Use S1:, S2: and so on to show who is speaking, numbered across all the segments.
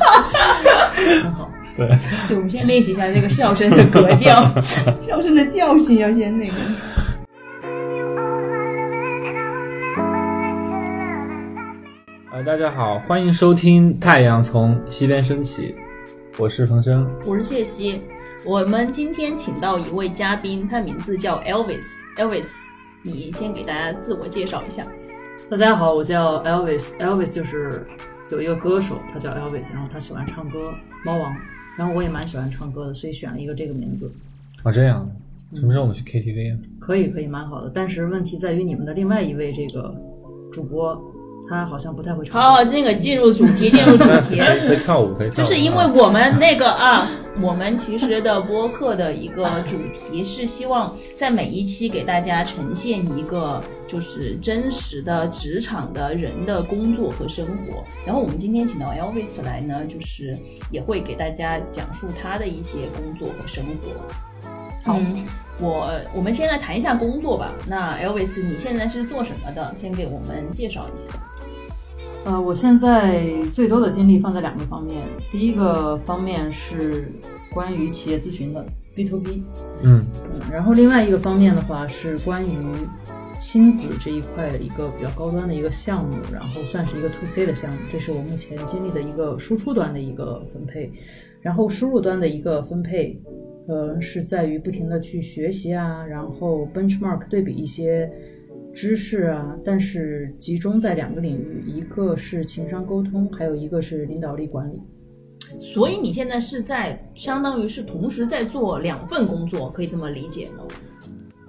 S1: 很好。
S2: 对，
S1: 对，我们先练习一下这个笑声的格调， 笑声的调性要先那个。
S2: 呃，大家好，欢迎收听《太阳从西边升起》，我是冯生。
S1: 我是谢希，我们今天请到一位嘉宾，他名字叫 Elvis。Elvis，你先给大家自我介绍一下。
S3: 大家好，我叫 Elvis。Elvis 就是有一个歌手，他叫 Elvis，然后他喜欢唱歌，猫王。然后我也蛮喜欢唱歌的，所以选了一个这个名字。
S2: 哦，这样，什么时候我们去 KTV 啊？
S3: 可以，可以，蛮好的。但是问题在于你们的另外一位这个主播，他好像不太会唱
S1: 好，
S3: 歌。
S1: 那个进入主题，进入主
S2: 那
S1: 题。
S2: 可以可以跳舞，可以跳舞。
S1: 就是因为我们那个啊，我们其实的播客的一个主题是希望在每一期给大家呈现一个就是真实的职场的人的工作和生活。然后我们今天请到 Elvis 来呢，就是也会给大家讲述他的一些工作和生活。
S4: 好
S1: 嗯我我们先来谈一下工作吧。那 Elvis，你现在是做什么的？先给我们介绍一下。
S3: 呃，我现在最多的精力放在两个方面，第一个方面是关于企业咨询的 B to B，
S2: 嗯，
S3: 嗯，然后另外一个方面的话是关于亲子这一块的一个比较高端的一个项目，然后算是一个 to C 的项目，这是我目前经历的一个输出端的一个分配，然后输入端的一个分配，呃，是在于不停的去学习啊，然后 benchmark 对比一些知识啊，但是集中在两个领域，一个是情商沟通，还有一个是领导力管理。
S1: 所以你现在是在相当于是同时在做两份工作，可以这么理解吗？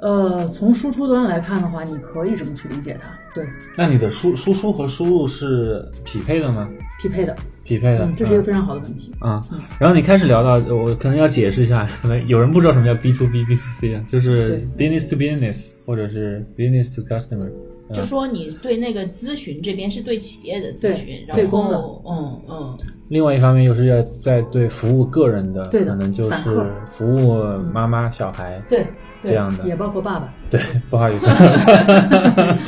S3: 呃，从输出端来看的话，你可以这么去理解它，对，
S2: 那你的输输出和输入是匹配的吗？
S3: 匹配的，
S2: 匹配的，
S3: 嗯，这是一嗯个
S2: 嗯
S3: 非常好的问题。
S2: 啊，然后你开始聊到，呃我可能要解释一下，可能有人不知道什么叫 B to B、B to C 啊，就是 business to business 或者是 business to customer。
S1: 就说你对那个咨询这边是对企业的咨询，
S3: 嗯对对
S1: 然
S3: 公的
S1: 后嗯嗯，
S2: 另外一方面又是要在对服务个人的，
S3: 对的
S2: 可能就
S3: 散客
S2: 是服务妈妈、小孩。
S3: 对，
S2: 这
S3: 对
S2: 样的
S3: 也包括爸爸。
S2: 对，不好意 思，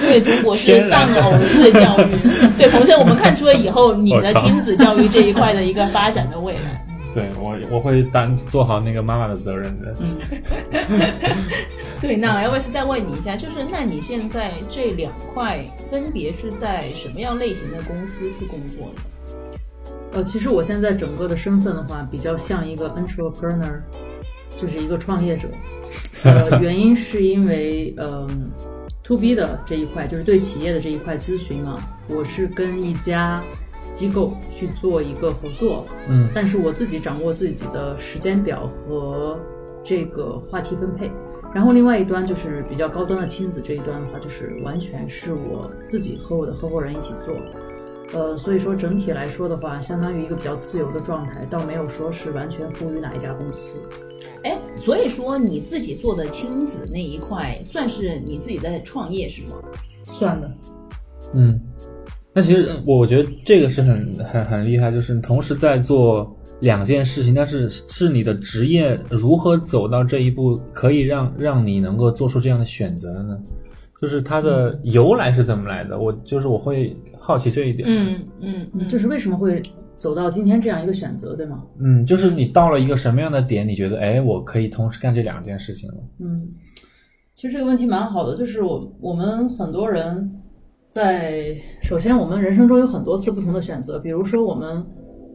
S1: 对中国是丧偶式教 育。对，彭生，我们看出了以后你的亲子教育这一块的一个发展的未来。
S2: 对我我会担做好那个妈妈的责任的。
S1: 对，那 Elvis 再问你一下，就是那你现在这两块分别是在什么样类型的公司去工作呢？
S3: 呃，其实我现在整个的身份的话，比较像一个 entrepreneur，就是一个创业者。 呃，原因是因为嗯，to B 的这一块，就是对企业的这一块咨询啊，我是跟一家机构去做一个合作，
S2: 嗯
S3: 但是我自己掌握自己的时间表和这个话题分配。然后另外一端就是比较高端的亲子这一端的话，就是完全是我自己和我的合伙人一起做。呃，所以说整体来说的话，相当于一个比较自由的状态，倒没有说是完全服务于哪一家公司。
S1: 哎，所以说你自己做的亲子那一块，算是你自己在创业是吗？
S3: 算的，
S2: 嗯，那其实呃我我觉得这个是很很很厉害，就是你同时在做两件事情，但是是你的职业如何走到这一步，可以让让你能够做出这样的选择呢？就是它的由来是怎么来的？我就是我会好奇这一点。
S1: 嗯嗯嗯
S3: 就是为什么会走到今天这样一个选择，对吗？
S2: 嗯，就是你到了一个什么样的点，你觉得哎，我可以同时干这两件事情了？
S3: 嗯，其实这个问题蛮好的，就是我我们很多人在首先我们人生中有很多次不同的选择，比如说我们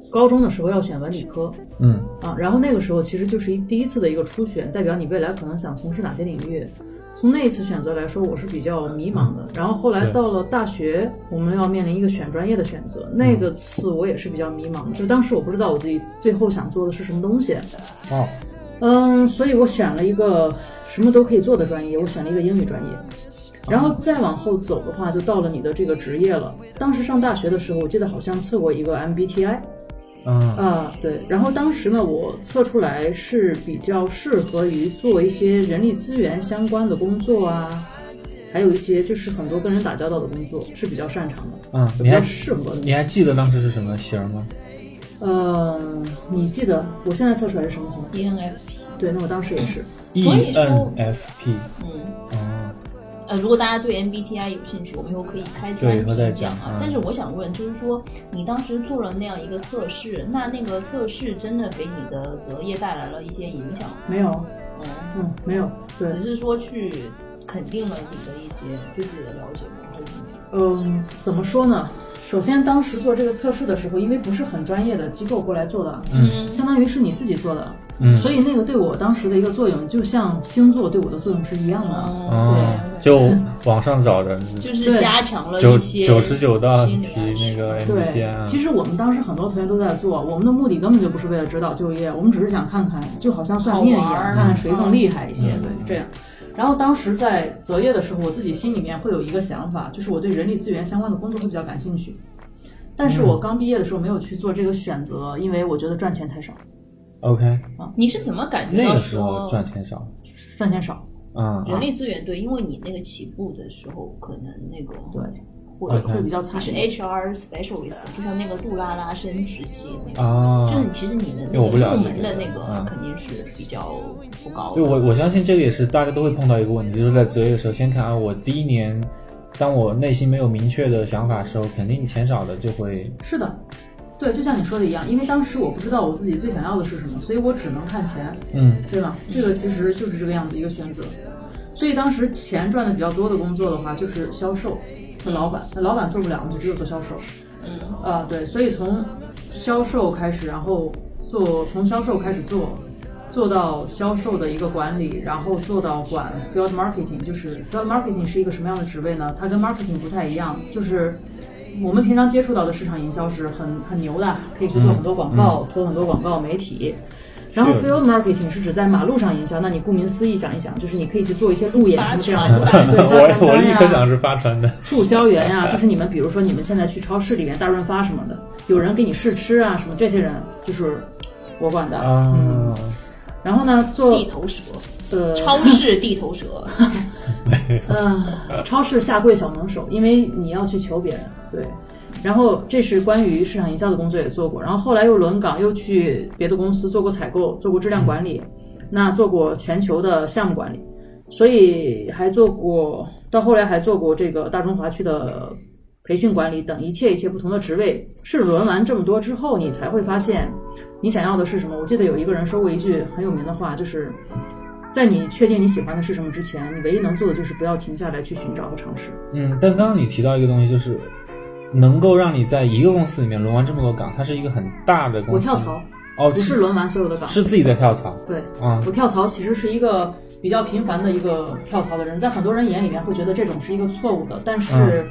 S3: 高中的时候要选文理科
S2: 嗯
S3: 啊，然后那个时候其实就是一第一次的一个初选，代表你未来可能想从事哪些领域。从那一次选择来说，我是比较迷茫的。然后后来
S2: 对
S3: 到了大学，我们要面临一个选专业的选择，那个次我也是比较迷茫的，就当时我不知道我自己最后想做的是什么东西。
S2: 哦，
S3: 嗯，所以我选了一个什么都可以做的专业，我选了一个英语专业。然后再往后走的话，就到了你的这个职业了。当时上大学的时候，我记得好像测过一个 MBTI
S2: 嗯
S3: 啊，对。然后当时呢，我测出来是比较适合于做一些人力资源相关的工作啊，还有一些就是很多跟人打交道的工作是比较擅长的，
S2: 嗯，
S3: 比
S2: 你还
S3: 较适合你。
S2: 你还记得当时是什么型吗？
S3: 嗯，你记得我现在测出来是什么型？
S1: ENFP，
S2: 嗯
S3: 对，那我当时也是。
S1: 所以
S2: E
S1: 说
S2: N F P，
S1: 嗯，
S2: 哦，
S1: 呃，如果大家对 MBTI 有兴趣，我们以后可以开
S2: 对以
S1: 专
S2: 后再
S1: 题讲
S2: 讲
S1: 啊
S2: 嗯。
S1: 但是我想问，就是说你当时做了那样一个测试，那那个测试真的给你的择业带来了一些影响吗？
S3: 没有，
S1: 嗯，
S3: 嗯，没有，对，
S1: 只是说去肯定了你的一些对自己的了解吗？还是怎么样
S3: 嗯，怎么说呢？首先，当时做这个测试的时候，因为不是很专业的机构过来做的，
S1: 嗯
S3: 相当于是你自己做的，
S2: 嗯，
S3: 所以那个对我当时的一个作用，就像星座对我的作用是一样的。
S1: 哦，
S2: 哦，就网上找的，
S1: 就是
S3: 对
S1: 加强了
S2: 九
S1: 一些
S2: 九十九道
S1: 心
S2: 题
S1: 理暗示
S2: 那个
S3: 对
S2: MBTI，啊，
S3: 其实我们当时很多同学都在做，我们的目的根本就不是为了指导就业，我们只是想看看，就好像算命一
S1: 好
S3: 样，
S1: 玩儿
S3: 看看谁更厉害一些，
S2: 嗯
S3: 对，这样。然后当时在择业的时候，我自己心里面会有一个想法，就是我对人力资源相关的工作会比较感兴趣。但是我刚毕业的时候没有去做这个选择，因为我觉得赚钱太少，
S2: OK，
S1: 你是怎么感觉
S2: 那
S1: 到
S2: 个时候
S1: 说
S2: 赚钱少，
S3: 赚钱少。
S2: 嗯，
S1: 人力资源对？因为你那个起步的时候，可能那个
S3: 对，
S1: 会
S2: OK
S3: 会比较惨
S1: 你是 HR specialist，就像那个杜拉拉升职记那个，
S2: 啊，
S1: 就是你其实你的那
S2: 因为我不
S1: 个
S2: 了
S1: 入
S2: 解
S1: 门的
S2: 这个
S1: 那个
S2: 嗯
S1: 肯定是比较不高的。
S2: 对我我相信这个也是大家都会碰到一个问题，就是在择业的时候，先看啊，我第一年，当我内心没有明确的想法的时候，肯定钱少的就会，
S3: 是的，对，就像你说的一样，因为当时我不知道我自己最想要的是什么，所以我只能看钱。
S2: 嗯
S3: 对吧？这个其实就是这个样子一个选择。所以当时钱赚的比较多的工作的话，就是销售和老板。那老板做不了，我们就只有做销售。
S1: 嗯，
S3: 啊，对，所以从销售开始，然后做从销售开始做，做到销售的一个管理，然后做到管 field marketing，就是 field marketing 是一个什么样的职位呢？它跟 marketing 不太一样，就是我们平常接触到的市场营销是很很牛的，可以去做很多广告，投很多广告媒体。然后
S2: 嗯是
S3: field marketing 是指在马路上营销，那你顾名思义想一想，就是你可以去做一些路演
S1: 发
S3: 什么这样
S1: 传
S3: 的，
S1: 单
S3: 对
S2: 我
S3: 发传单
S2: 我立刻
S3: 呀
S2: 想是发传单，
S3: 促销员呀、就是你们，比如说你们现在去超市里面大润发什么的，有人给你试吃啊什么，这些人就是我管的。嗯，
S2: 啊，
S3: 然后呢，做
S1: 地头蛇，
S3: 呃
S1: 超市地 头蛇，
S3: 呃超市下跪小能手，因为你要去求别人。对，然后这是关于市场营销的工作也做过，然后后来又轮岗，又去别的公司做过采购，做过质量管理，那做过全球的项目管理，所以还做过，到后来还做过这个大中华区的培训管理等一切一切不同的职位。是轮完这么多之后，你才会发现你想要的是什么。我记得有一个人说过一句很有名的话，就是。在你确定你喜欢的是什么之前，你唯一能做的就是不要停下来去寻找和尝试。
S2: 嗯，但刚刚你提到一个东西，就是能够让你在一个公司里面轮完这么多岗，它是一个很大的
S3: 我
S2: 公司，
S3: 跳槽，
S2: 哦，
S3: 不是轮完所有的岗，
S2: 是自己在跳槽
S3: 对，
S2: 啊，
S3: 我跳槽其实是一个比较频繁的一个跳槽的人，在很多人眼里面会觉得这种是一个错误的，但是
S2: 嗯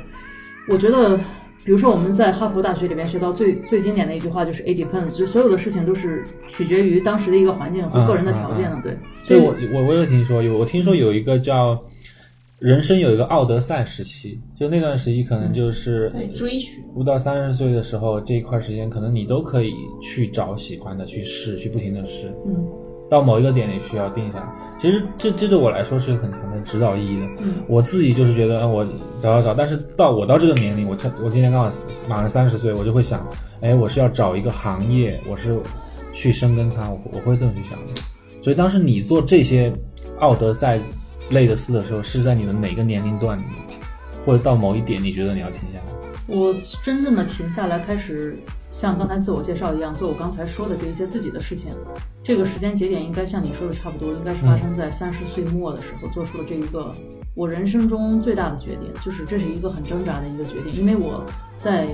S3: 我觉得，比如说我们在哈佛大学里面学到最最经典的一句话就是 “it depends”，就所有的事情都是取决于当时的一个环
S2: 嗯
S3: 境和个人的条件的，对。
S2: 所以我我我有听说有，我听说有一个叫人生有一个奥德赛时期，就那段时期可
S3: 嗯
S2: 能就是
S1: 对追寻。
S2: 不到三十岁的时候，这一块时间可能你都可以去找喜欢的，去试，去不停的试，
S3: 嗯，
S2: 到某一个点你需要定下来。其实这这对我来说是有很强的指导意义的。
S3: 嗯，
S2: 我自己就是觉得，嗯，我找找找，但是到我到这个年龄，我这我今年刚好马上三十岁，我就会想，哎，我是要找一个行业，我是去深耕它，我我会这么去想的。所以当时你做这些奥德赛类的事的时候，是在你的哪个年龄段，或者到某一点，你觉得你要停下来？
S3: 我真正的停下来，开始像刚才自我介绍一样做我刚才说的这一些自己的事情。这个时间节点应该像你说的差不多，应该是发生在三十岁末的时候做出了这一个我人生中最大的决定，就是这是一个很挣扎的一个决定，因为我在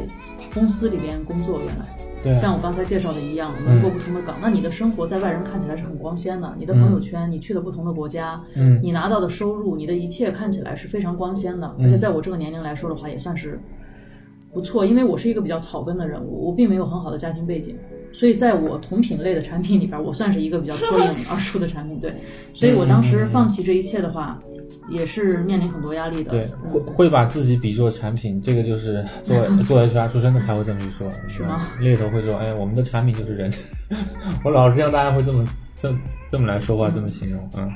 S3: 公司里边工作，原来
S2: 对啊
S3: 像我刚才介绍的一样，我们过不同的岗，那你的生活在外人看起来是很光鲜的，你的朋友圈，你去的不同的国家，
S2: 嗯
S3: 你拿到的收入，你的一切看起来是非常光鲜的，
S2: 嗯
S3: 而且在我这个年龄来说的话，也算是不错，因为我是一个比较草根的人物，我并没有很好的家庭背景，所以在我同品类的产品里边，我算是一个比较脱颖而出的产品。对，所以我当时放弃这一切的话，也是面临很多压力的。
S2: 对，
S3: 嗯
S2: 会会把自己比作产品，这个 就是做做 HR 出身的才会这么去说，是
S3: 吗？
S2: 猎头会说，哎，我们的产品就是人。 我老是让大家会这么这么这么来说话，这么形容，嗯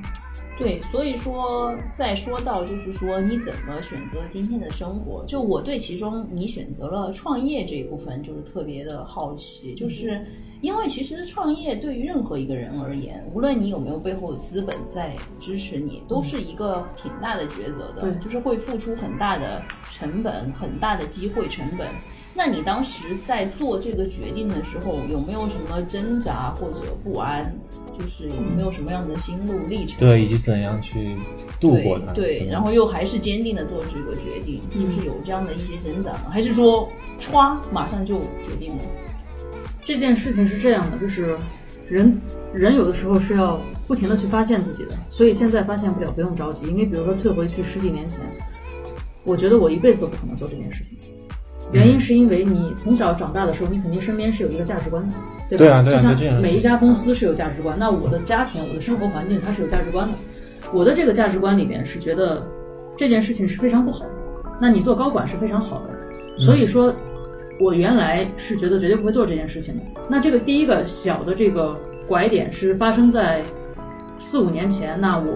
S1: 对，所以说再说到就是说你怎么选择今天的生活，就我对其中你选择了创业这一部分就是特别的好奇，就是因为其实创业对于任何一个人而言，无论你有没有背后的资本在支持你，都是一个挺大的抉择的，
S3: 对
S1: 就是会付出很大的成本、很大的机会成本。那你当时在做这个决定的时候，有没有什么挣扎或者不安？就是有没有什么样的心路历程？
S2: 对，以及怎样去度过它。
S1: 对，
S2: 是
S1: 对
S2: 吗
S1: 然后又还是坚定的做这个决定，就是有这样的一些挣扎吗？还是说歘马上就决定了？
S3: 这件事情是这样的，就是人人有的时候是要不停的去发现自己的，所以现在发现不了，不用着急，因为比如说退回去十几年前，我觉得我一辈子都不可能做这件事情。原因是因为你从小长大的时候，你肯定身边是有一个价值观的，对吧？
S2: 对啊对啊对这
S3: 就
S2: 样
S3: 像
S2: 是
S3: 每一家公司是有价值观，那我的家庭、我的生活环境它是有价值观的。我的这个价值观里面是觉得这件事情是非常不好的，那你做高管是非常好的。
S2: 嗯
S3: 所以说，我原来是觉得绝对不会做这件事情的。那这个第一个小的这个拐点是发生在四五年前，那我，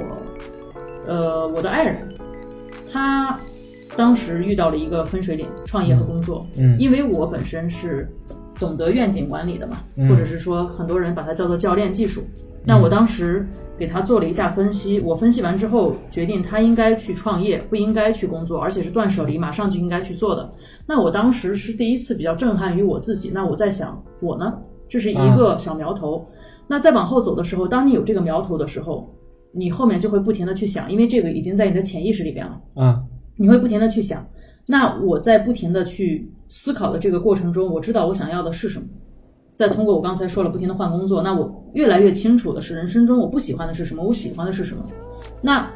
S3: 呃，我的爱人，他当时遇到了一个分水岭，创业和工作。
S2: 嗯
S3: 因为我本身是懂得愿景管理的嘛，
S2: 嗯
S3: 或者是说很多人把它叫做教练技术。那我当时给他做了一下分析，我分析完之后决定他应该去创业，不应该去工作，而且是断舍离，马上就应该去做的。那我当时是第一次比较震撼于我自己。那我在想，我呢，这是一
S2: 嗯
S3: 个小苗头。那再往后走的时候，当你有这个苗头的时候，你后面就会不停的去想，因为这个已经在你的潜意识里边了。
S2: 啊，
S3: 你会不停的去想。那我在不停的去思考的这个过程中，我知道我想要的是什么。再通过我刚才说了，不停的换工作，那我越来越清楚的是，人生中我不喜欢的是什么，我喜欢的是什么。那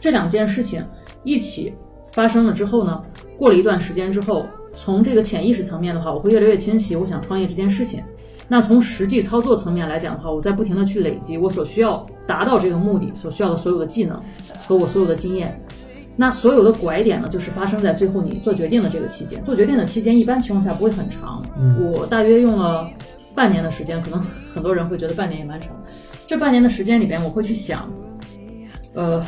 S3: 这两件事情一起发生了之后呢，过了一段时间之后，从这个潜意识层面的话，我会越来越清晰，我想创业这件事情。那从实际操作层面来讲的话，我在不停的去累积我所需要达到这个目的所需要的所有的技能和我所有的经验。那所有的拐点呢，就是发生在最后你做决定的这个期间。做决定的期间一般情况下不会很长，我大约用了半年的时间，可能很多人会觉得半年也蛮长。这半年的时间里边，我会去想，呃，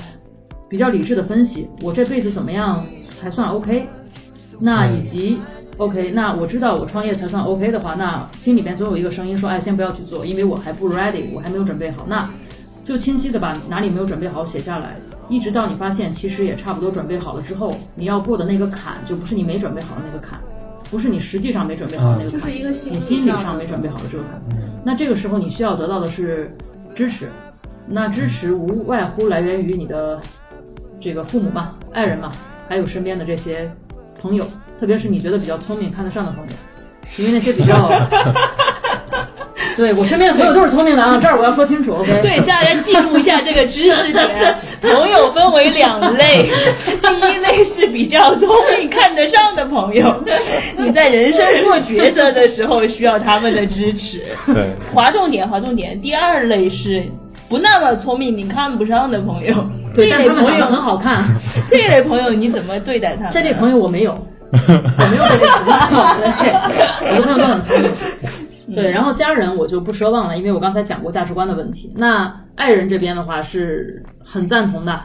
S3: 比较理智的分析，我这辈子怎么样才算 OK？那以及、OK，那我知道我创业才算 OK 的话，那心里边总有一个声音说，哎，先不要去做，因为我还不 ready，我还没有准备好。那就清晰的把哪里没有准备好写下来，一直到你发现其实也差不多准备好了之后，你要过的那个坎就不是你没准备好的那个坎，不是你实际上没准备好的那个坎，
S1: 啊就是一个嗯心理
S3: 你心理
S1: 上的
S3: 上没准备好的这个坎。那这个时候你需要得到的是支持，那支持无外乎来源于你的这个父母嘛、爱人嘛，还有身边的这些朋友，特别是你觉得比较聪明、看得上的朋友，因为那些比较。 对我身边的朋友都是聪明的啊，这儿我要说清楚 ，OK？
S1: 对，大家记录一下这个知识点。朋友分为两类，第一类是比较聪明、看得上的朋友，你在人生做抉择的时候需要他们的支持。
S2: 对，
S1: 划重点，划重点。第二类是不那么聪明、你看不上的朋友，
S3: 对，
S1: 这
S3: 但
S1: 类
S3: 他们
S1: 朋
S3: 长得很
S1: 友，
S3: 好 看。
S1: 这类朋友你怎么对待他们？
S3: 这类朋友我没有，我没有这 类朋友，对，我的朋友都很聪
S1: 嗯
S3: 明。对，然后家人我就不奢望了，因为我刚才讲过价值观的问题。那爱人这边的话是很赞同的，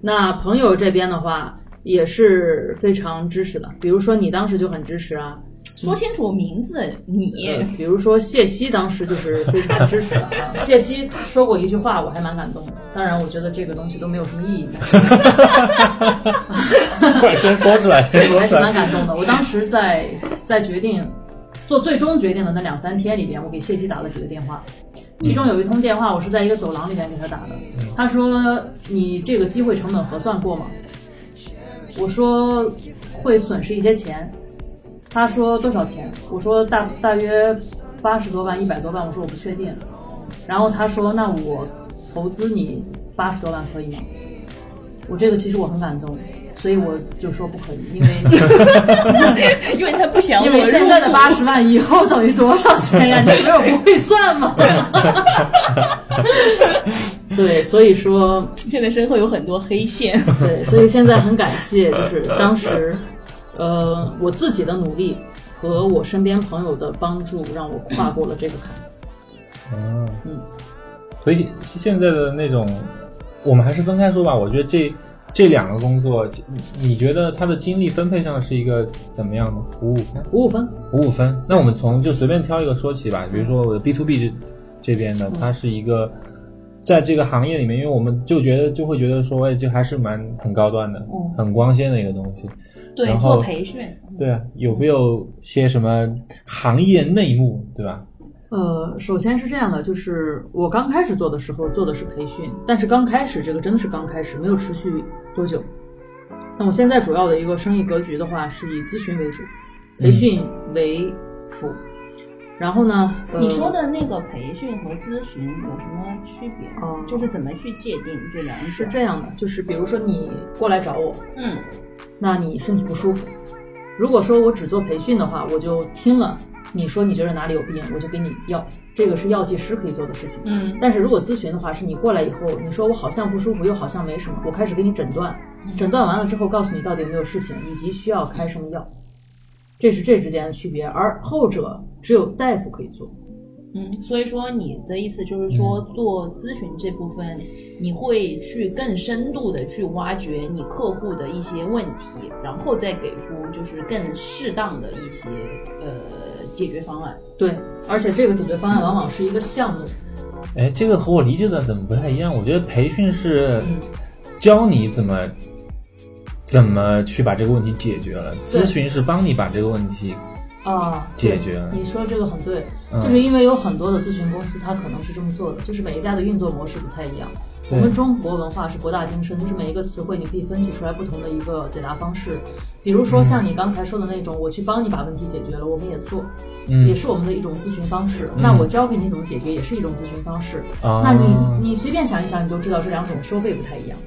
S3: 那朋友这边的话也是非常支持的。比如说你当时就很支持啊，
S1: 说清楚名字，你
S3: 比如说谢希当时就是非常支持的啊。谢希说过一句话，我还蛮感动的。当然，我觉得这个东西都没有什么意义。
S2: 快先说出 来，先说
S3: 我还
S2: 出
S3: 是
S2: 来。
S3: 蛮感动的。我当时在在决定做最终决定的那两三天里边，我给谢希打了几个电话，其中有一通电话我是在一个走廊里边给他打的。他说：“你这个机会成本核算过吗？”我说：“会损失一些钱。”他说：“多少钱？”我说大：“大约八十多万、一百多万。”我说：“我不确定。”然后他说：“那我投资你八十多万可以吗？”我这个其实我很感动，所以我就说不可以，因为
S1: 因为他不想我
S3: 因为现在的
S1: 入股
S3: 八十万以后等于多少钱呀？你没有不会算吗？ 对，所以说，
S1: 现在身后有很多黑线。
S3: 对，所以现在很感谢，就是当时，呃，我自己的努力和我身边朋友的帮助，让我跨过了这个坎。
S2: 嗯，所以现在的那种，我们还是分开说吧。我觉得这这两个工作，你你觉得他的精力分配上是一个怎么样的？五五分，
S3: 五五分，
S2: 五五分。那我们从就随便挑一个说起吧，比如说我的 B to B 这这边
S3: 嗯
S2: 的，它是一个在这个行业里面，因为我们就觉得就会觉得说，哎，这还是蛮很高端的，
S1: 嗯
S2: 很光鲜的一个东西。
S3: 嗯
S1: 对
S2: 然，后
S1: 做培训，
S2: 对啊，有没有些什么行业内幕，对吧？
S3: 呃，首先是这样的，就是我刚开始做的时候做的是培训，但是刚开始这个真的是刚开始，没有持续多久。那我现在主要的一个生意格局的话，是以咨询为主，培训为辅。然后呢，呃、
S1: 你说的那个培训和咨询有什么区别？
S3: 哦
S1: 就是怎么去界定这两者？
S3: 是这样的，就是比如说你过来找我，
S1: 嗯
S3: 那你身体不舒服。如果说我只做培训的话，我就听了你说你觉得哪里有病，我就给你药，这个是药剂师可以做的事情。
S1: 嗯
S3: 但是如果咨询的话，是你过来以后，你说我好像不舒服，又好像没什么，我开始给你诊断，
S1: 嗯
S3: 诊断完了之后，告诉你到底有没有事情，以及需要开什么药，这是这之间的区别。而后者只有大夫可以做，
S1: 嗯，所以说你的意思就是说，做咨询这部分，你会去更深度的去挖掘你客户的一些问题，然后再给出就是更适当的一些呃解决方案。
S3: 对，而且这个解决方案往往是一个项目，
S2: 哎，这个和我理解的怎么不太一样？我觉得培训是
S3: 嗯
S2: 教你怎么怎么去把这个问题解决了，咨询是帮你把这个问题
S3: 啊，
S2: 解决了
S3: 对你说这个很对，
S2: 嗯
S3: 就是因为有很多的咨询公司，它可能是这么做的，就是每一家的运作模式不太一样。
S2: 对
S3: 我们中国文化是博大精深，就是每一个词汇你可以分析出来不同的一个解答方式。比如
S2: 嗯
S3: 说像你刚才说的那种，我去帮你把问题解决了，我们也做，
S2: 嗯
S3: 也是我们的一种咨询方式。那我教给你怎么解决，也是一种咨询方式。
S2: 啊。
S3: 那你你随便想一想，你都知道这两种收费不太一样。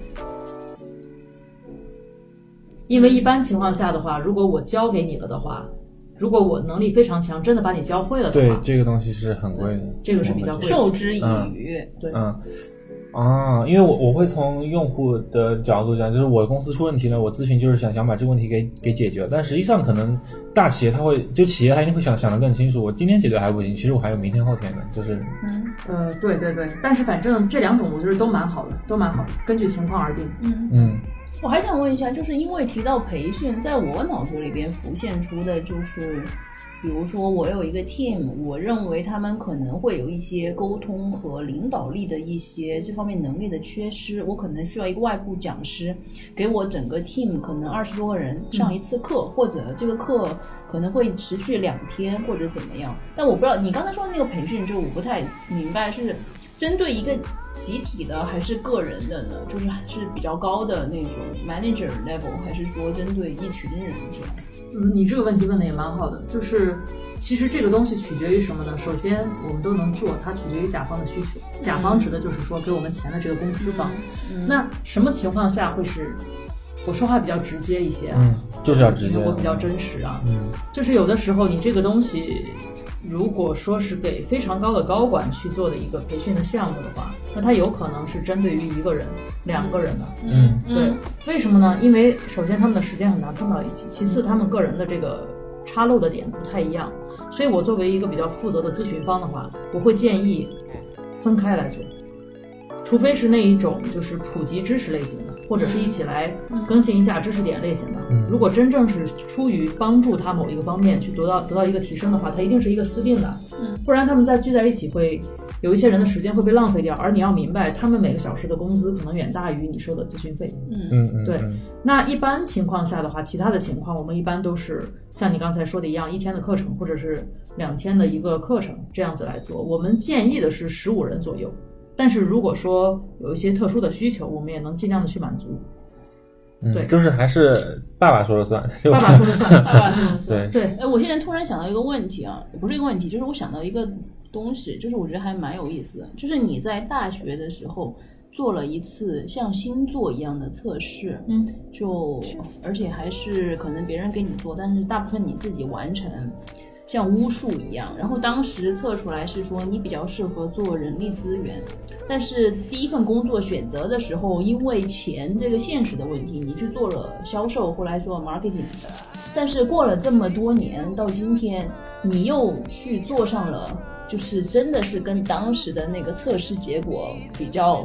S3: 因为一般情况下的话，如果我教给你了的话，如果我能力非常强，真的把你教会了的
S2: 对
S3: 话，
S2: 这个东西是很贵的，
S3: 这个是比较贵的
S1: 授之以渔，
S3: 对
S2: 嗯。啊，因为我我会从用户的角度讲，就是我公司出问题了，我咨询就是想想把这个问题给给解决，但实际上可能大企业他会就企业他一定会想想得更清楚，我今天解决还不行，其实我还有明天后天的，就是
S1: 嗯
S3: 呃，对对对。但是反正这两种我觉得都蛮好的，都蛮好的，根据情况而定。
S1: 嗯。
S2: 嗯
S1: 我还想问一下，就是因为提到培训，在我脑子里边浮现出的就是，比如说我有一个 team，我认为他们可能会有一些沟通和领导力的一些这方面能力的缺失，我可能需要一个外部讲师给我整个 team 可能二十多个人上一次课，或者这个课可能会持续两天或者怎么样。但我不知道你刚才说的那个培训，就我不太明白是针对一个集体的还是个人的呢？就是还是比较高的那种 manager level，还是说针对一群人这样？
S3: 嗯，你这个问题问的也蛮好的，就是其实这个东西取决于什么呢？首先我们都能做，它取决于甲方的需求。甲方指的就是说给我们钱的这个公司方。
S1: 嗯
S3: 那什么情况下会是？我说话比较直接一些啊，
S2: 嗯，就是要直接，
S3: 我比较真实啊。
S2: 嗯
S3: 就是有的时候你这个东西，如果说是给非常高的高管去做的一个培训的项目的话，那它有可能是针对于一个人、两个人的。啊
S2: 嗯
S3: 对，为什么呢？因为首先他们的时间很难碰到一起，其次他们个人的这个插漏的点不太一样，所以我作为一个比较负责的咨询方的话，我会建议分开来做，除非是那一种就是普及知识类型的，或者是一起来更新一下知识点类型的。
S2: 嗯
S3: 如果真正是出于帮助他某一个方面去得到得到一个提升的话，它一定是一个私定的，
S1: 嗯
S3: 不然他们在聚在一起会有一些人的时间会被浪费掉，而你要明白，他们每个小时的工资可能远大于你收的咨询费。
S1: 嗯
S2: 嗯嗯，
S3: 对
S2: 嗯
S3: 那一般情况下的话，其他的情况我们一般都是像你刚才说的一样，一天的课程或者是两天的一个课程这样子来做。我们建议的是十五人左右，但是如果说有一些特殊的需求，我们也能尽量的去满足。
S2: 嗯
S3: 对
S2: 就是还是爸爸说了算，就
S3: 爸爸说了算，爸爸说了
S2: 对
S3: 算。对，
S1: 哎，我现在突然想到一个问题啊，不是一个问题，就是我想到一个东西，就是我觉得还蛮有意思的，就是你在大学的时候做了一次像星座一样的测试，
S3: 嗯，
S1: 就而且还是可能别人给你做，但是大部分你自己完成，像巫术一样。然后当时测出来是说你比较适合做人力资源，但是第一份工作选择的时候，因为钱这个现实的问题，你去做了销售，后来做 marketing，但是过了这么多年，到今天你又去做上了，就是真的是跟当时的那个测试结果比较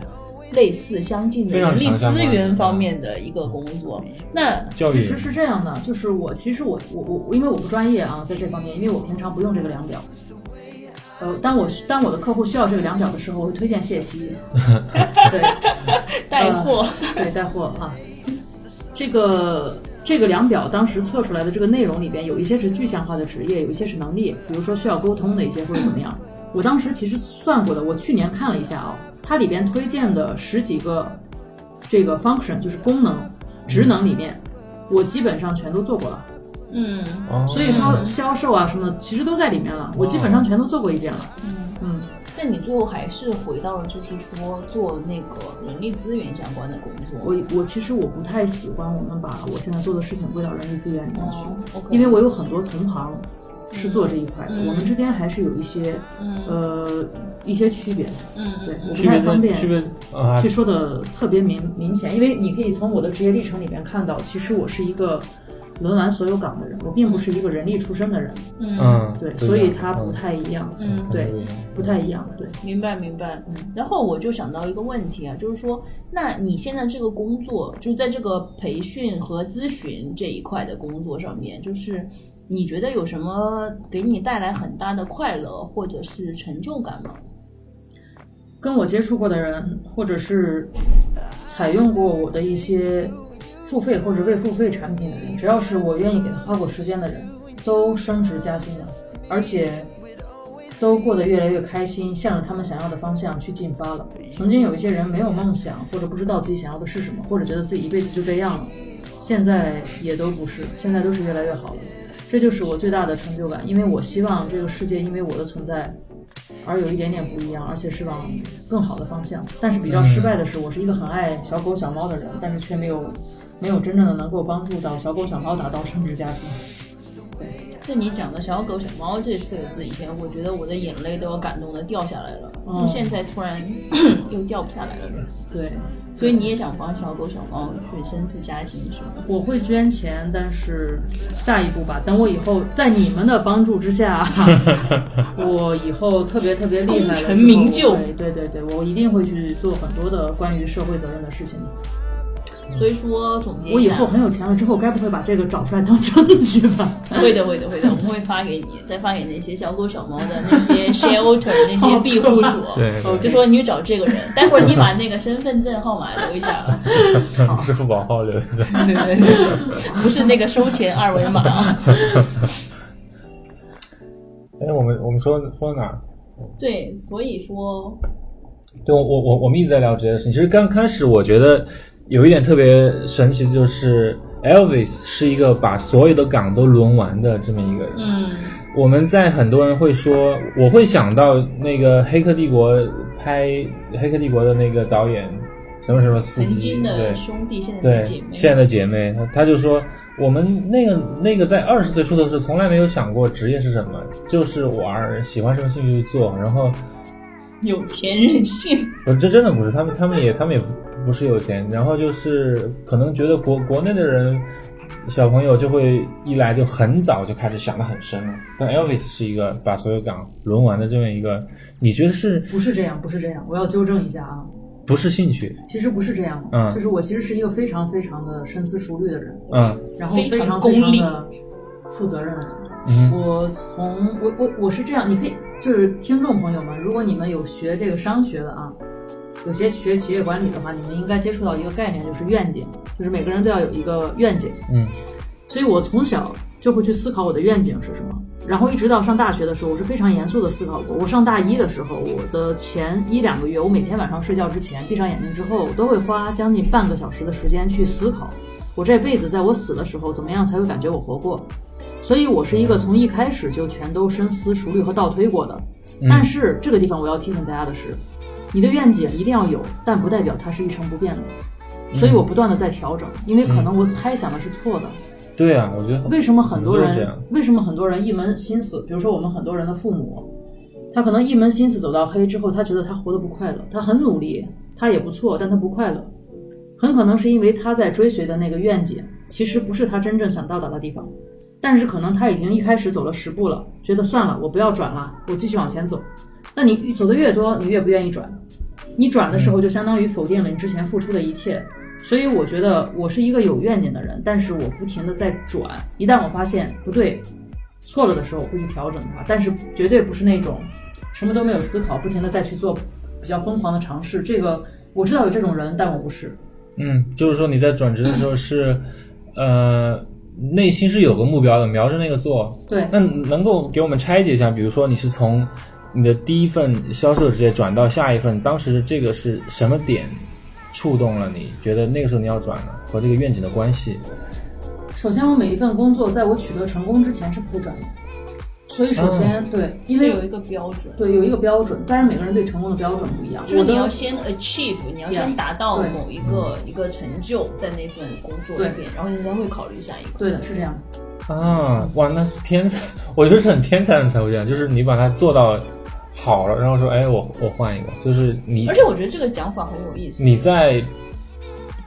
S1: 类似相近的
S2: 非常
S1: 人力
S2: 强相
S1: 资
S2: 关
S1: 源方面的一个工作。那
S2: 教育
S3: 其实是这样的，就是我其实我我我我因为我不专业啊，在这方面，因为我平常不用这个量表。呃，当我当我的客户需要这个量表的时候，我会推荐 谢希。对，
S1: 带货，
S3: 对，带货啊。这个这个量表当时测出来的这个内容里边，有一些是具象化的职业，有一些是能力，比如说需要沟通的一些或者怎么样。我当时其实算过的，我去年看了一下啊，它里边推荐的十几个这个 function 就是功能、职能里面，我基本上全都做过了。
S1: 嗯，
S2: 哦
S3: 所以说销售啊什么的，其实都在里面了，我基本上全都做过一遍了。嗯，
S1: 那你最后还是回到了就是说做那个人力资源相关的工
S3: 我
S1: 作。
S3: 我其实我不太喜欢我们把我现在做的事情归到人力资源里面去。
S1: 哦，OK，
S3: 因为我有很多同行是做这一块的，
S1: 嗯
S3: 我们之间还是有一些
S1: 嗯
S3: 呃一些区别的，
S1: 嗯
S3: 对，
S1: 嗯
S3: 我不
S2: 区
S3: 太
S2: 别在
S3: 方便
S2: 区别啊
S3: 去，说的特别明明显，因为你可以从我的职业历程里面看到，其实我是一个轮完所有岗的人，我并不是一个人力出身的人，
S1: 嗯嗯
S2: 嗯，
S3: 对，
S2: 对
S3: 所以
S2: 的
S3: 它
S2: 嗯
S3: 不太一样，
S1: 嗯
S3: 对不太一样，对。
S1: 明白明白，嗯，然后我就想到一个问题啊，就是说，那你现在这个工作，就是在这个培训和咨询这一块的工作上面，就是你觉得有什么给你带来很大的快乐或者是成就感吗？
S3: 跟我接触过的人，或者是呃采用过我的一些付费或者未付费产品的人，只要是我愿意给他花过时间的人，都升职加薪了，而且都过得越来越开心，向着他们想要的方向去进发了。曾经有一些人没有梦想，或者不知道自己想要的是什么，或者觉得自己一辈子就这样了，现在也都不是，现在都是越来越好了。这就是我最大的成就感，因为我希望这个世界因为我的存在而有一点点不一样，而且是往更好的方向。但是比较失败的是，我是一个很爱小狗小猫的人，但是却没有没有真正的能够帮助到小狗小猫达到升职加薪。
S1: 就你讲的“小狗小猫”这四个字，以前我觉得我的眼泪都要感动的掉下来了，
S3: 嗯
S1: 就现在突然 又掉不下来了。
S3: 对，
S1: 所以你也想帮小狗小猫去升职加薪是吗？
S3: 我会捐钱，但是下一步吧，等我以后在你们的帮助之下，啊 我以后特别特别厉害了之后，
S1: 功成名就
S3: 我会对对对，我一定会去做很多的关于社会责任的事情的。
S1: 所以说总结一下，
S3: 我以后很有钱了之后，该不会把这个找出来当证据吧？
S1: 会的，会的，会的，我们会发给你，再发给那些小狗小猫的那些 shelter 那些庇护所，
S2: 哦对对
S1: 就说你去找这个人，待会儿你把那个身份证号码留一下，啊
S2: 支付宝号留的。
S1: 对对对，不是那个收钱二维码啊。
S2: 哎，我们我们说说到哪儿？
S1: 对，所以说，
S2: 对我我我我们一直在聊职业的事情。其实刚开始我觉得有一点特别神奇，的就是 Elvis 是一个把所有的岗都轮完的这么一个人。
S1: 嗯
S2: 我们在很多人会说，我会想到那个《黑客帝国》拍《黑客帝国》的那个导演什么什么司
S1: 曾
S2: 机，
S1: 经
S2: 对
S1: 的兄弟，现在
S2: 对
S1: 的姐，妹，
S2: 现在的姐妹，她她就说，我们那个那个在二十岁出头的时候，从来没有想过职业是什么，就是玩儿，喜欢什么兴趣就做，然后
S1: 有钱任性，
S2: 不是，这真的不是，他们他们也他们也不是有钱，然后就是可能觉得国国内的人小朋友就会一来就很早就开始想得很深了，但 Elvis 是一个把所有岗轮完的这么一个，你觉得是
S3: 不是这样，不是这样，我要纠正一下啊，
S2: 不是兴趣？
S3: 其实不是这样，
S2: 嗯
S3: 就是我其实是一个非常非常的深思熟虑的人，
S2: 嗯
S3: 然后
S1: 非
S3: 非
S1: 常
S3: 常
S1: 功
S3: 非常
S1: 利
S3: 的负责任的人。
S2: 嗯
S3: 我从我我我是这样，你可以就是听众朋友们，如果你们有学这个商学的啊，有些学企业管理的话，你们应该接触到一个概念，就是愿景，就是每个人都要有一个愿景。
S2: 嗯
S3: 所以我从小就会去思考我的愿景是什么。然后一直到上大学的时候，我是非常严肃的思考过。我上大一的时候，我的前一两个月，我每天晚上睡觉之前，闭上眼睛之后，我都会花将近半个小时的时间去思考，我这辈子在我死的时候，怎么样才会感觉我活过。所以我是一个从一开始就全都深思熟虑和倒推过的。
S2: 嗯
S3: 但是这个地方我要提醒大家的是，你的愿景一定要有，但不代表它是一成不变的。所以我不断的在调整，因为可能我猜想的是错的。
S2: 对啊，我觉得
S3: 为什么很多
S2: 都是这
S3: 人
S2: 样
S3: 为什么很多人一门心思？比如说我们很多人的父母，他可能一门心思走到黑之后，他觉得他活得不快乐，他很努力，他也不错，但他不快乐，很可能是因为他在追随的那个愿景其实不是他真正想到达的地方，但是可能他已经一开始走了十步了，觉得算了，我不要转了，我继续往前走。那你走的越多，你越不愿意转。你转的时候就相当于否定了你之前付出的一切。所以我觉得我是一个有愿景的人，但是我不停的在转，一旦我发现不对、错了的时候，我会去调整它，但是绝对不是那种什么都没有思考，不停的再去做比较疯狂的尝试。这个我知道有这种人，但我不是。
S2: 嗯，就是说你在转职的时候是，呃，内心是有个目标的，瞄着那个做。
S3: 对
S2: 那能够给我们拆解一下，比如说你是从你的第一份销售职业转到下一份，当时这个是什么点触动了你？觉得那个时候你要转了，和这个愿景的关系？
S3: 首先，我每一份工作在我取得成功之前是不会转的，所以首先、对，因
S1: 是
S3: 为
S1: 有一个标准，
S3: 对有一个标准，但是每个人对成功的标准不一样。
S1: 就是
S3: 我
S1: 你
S3: 的
S1: 要先 achieve，你要先
S3: Yes，
S1: 达到
S3: 对
S1: 某一个一个成就在那份工作里边，然后你才会考虑下一个。
S3: 对的是这样的，
S2: 啊，哇，那是天才，我觉得是很天才的人才会这样，就是你把它做到好了，然后说，哎，我我换一个，就是你
S1: 而且我觉得这个讲法很有意思，
S2: 你在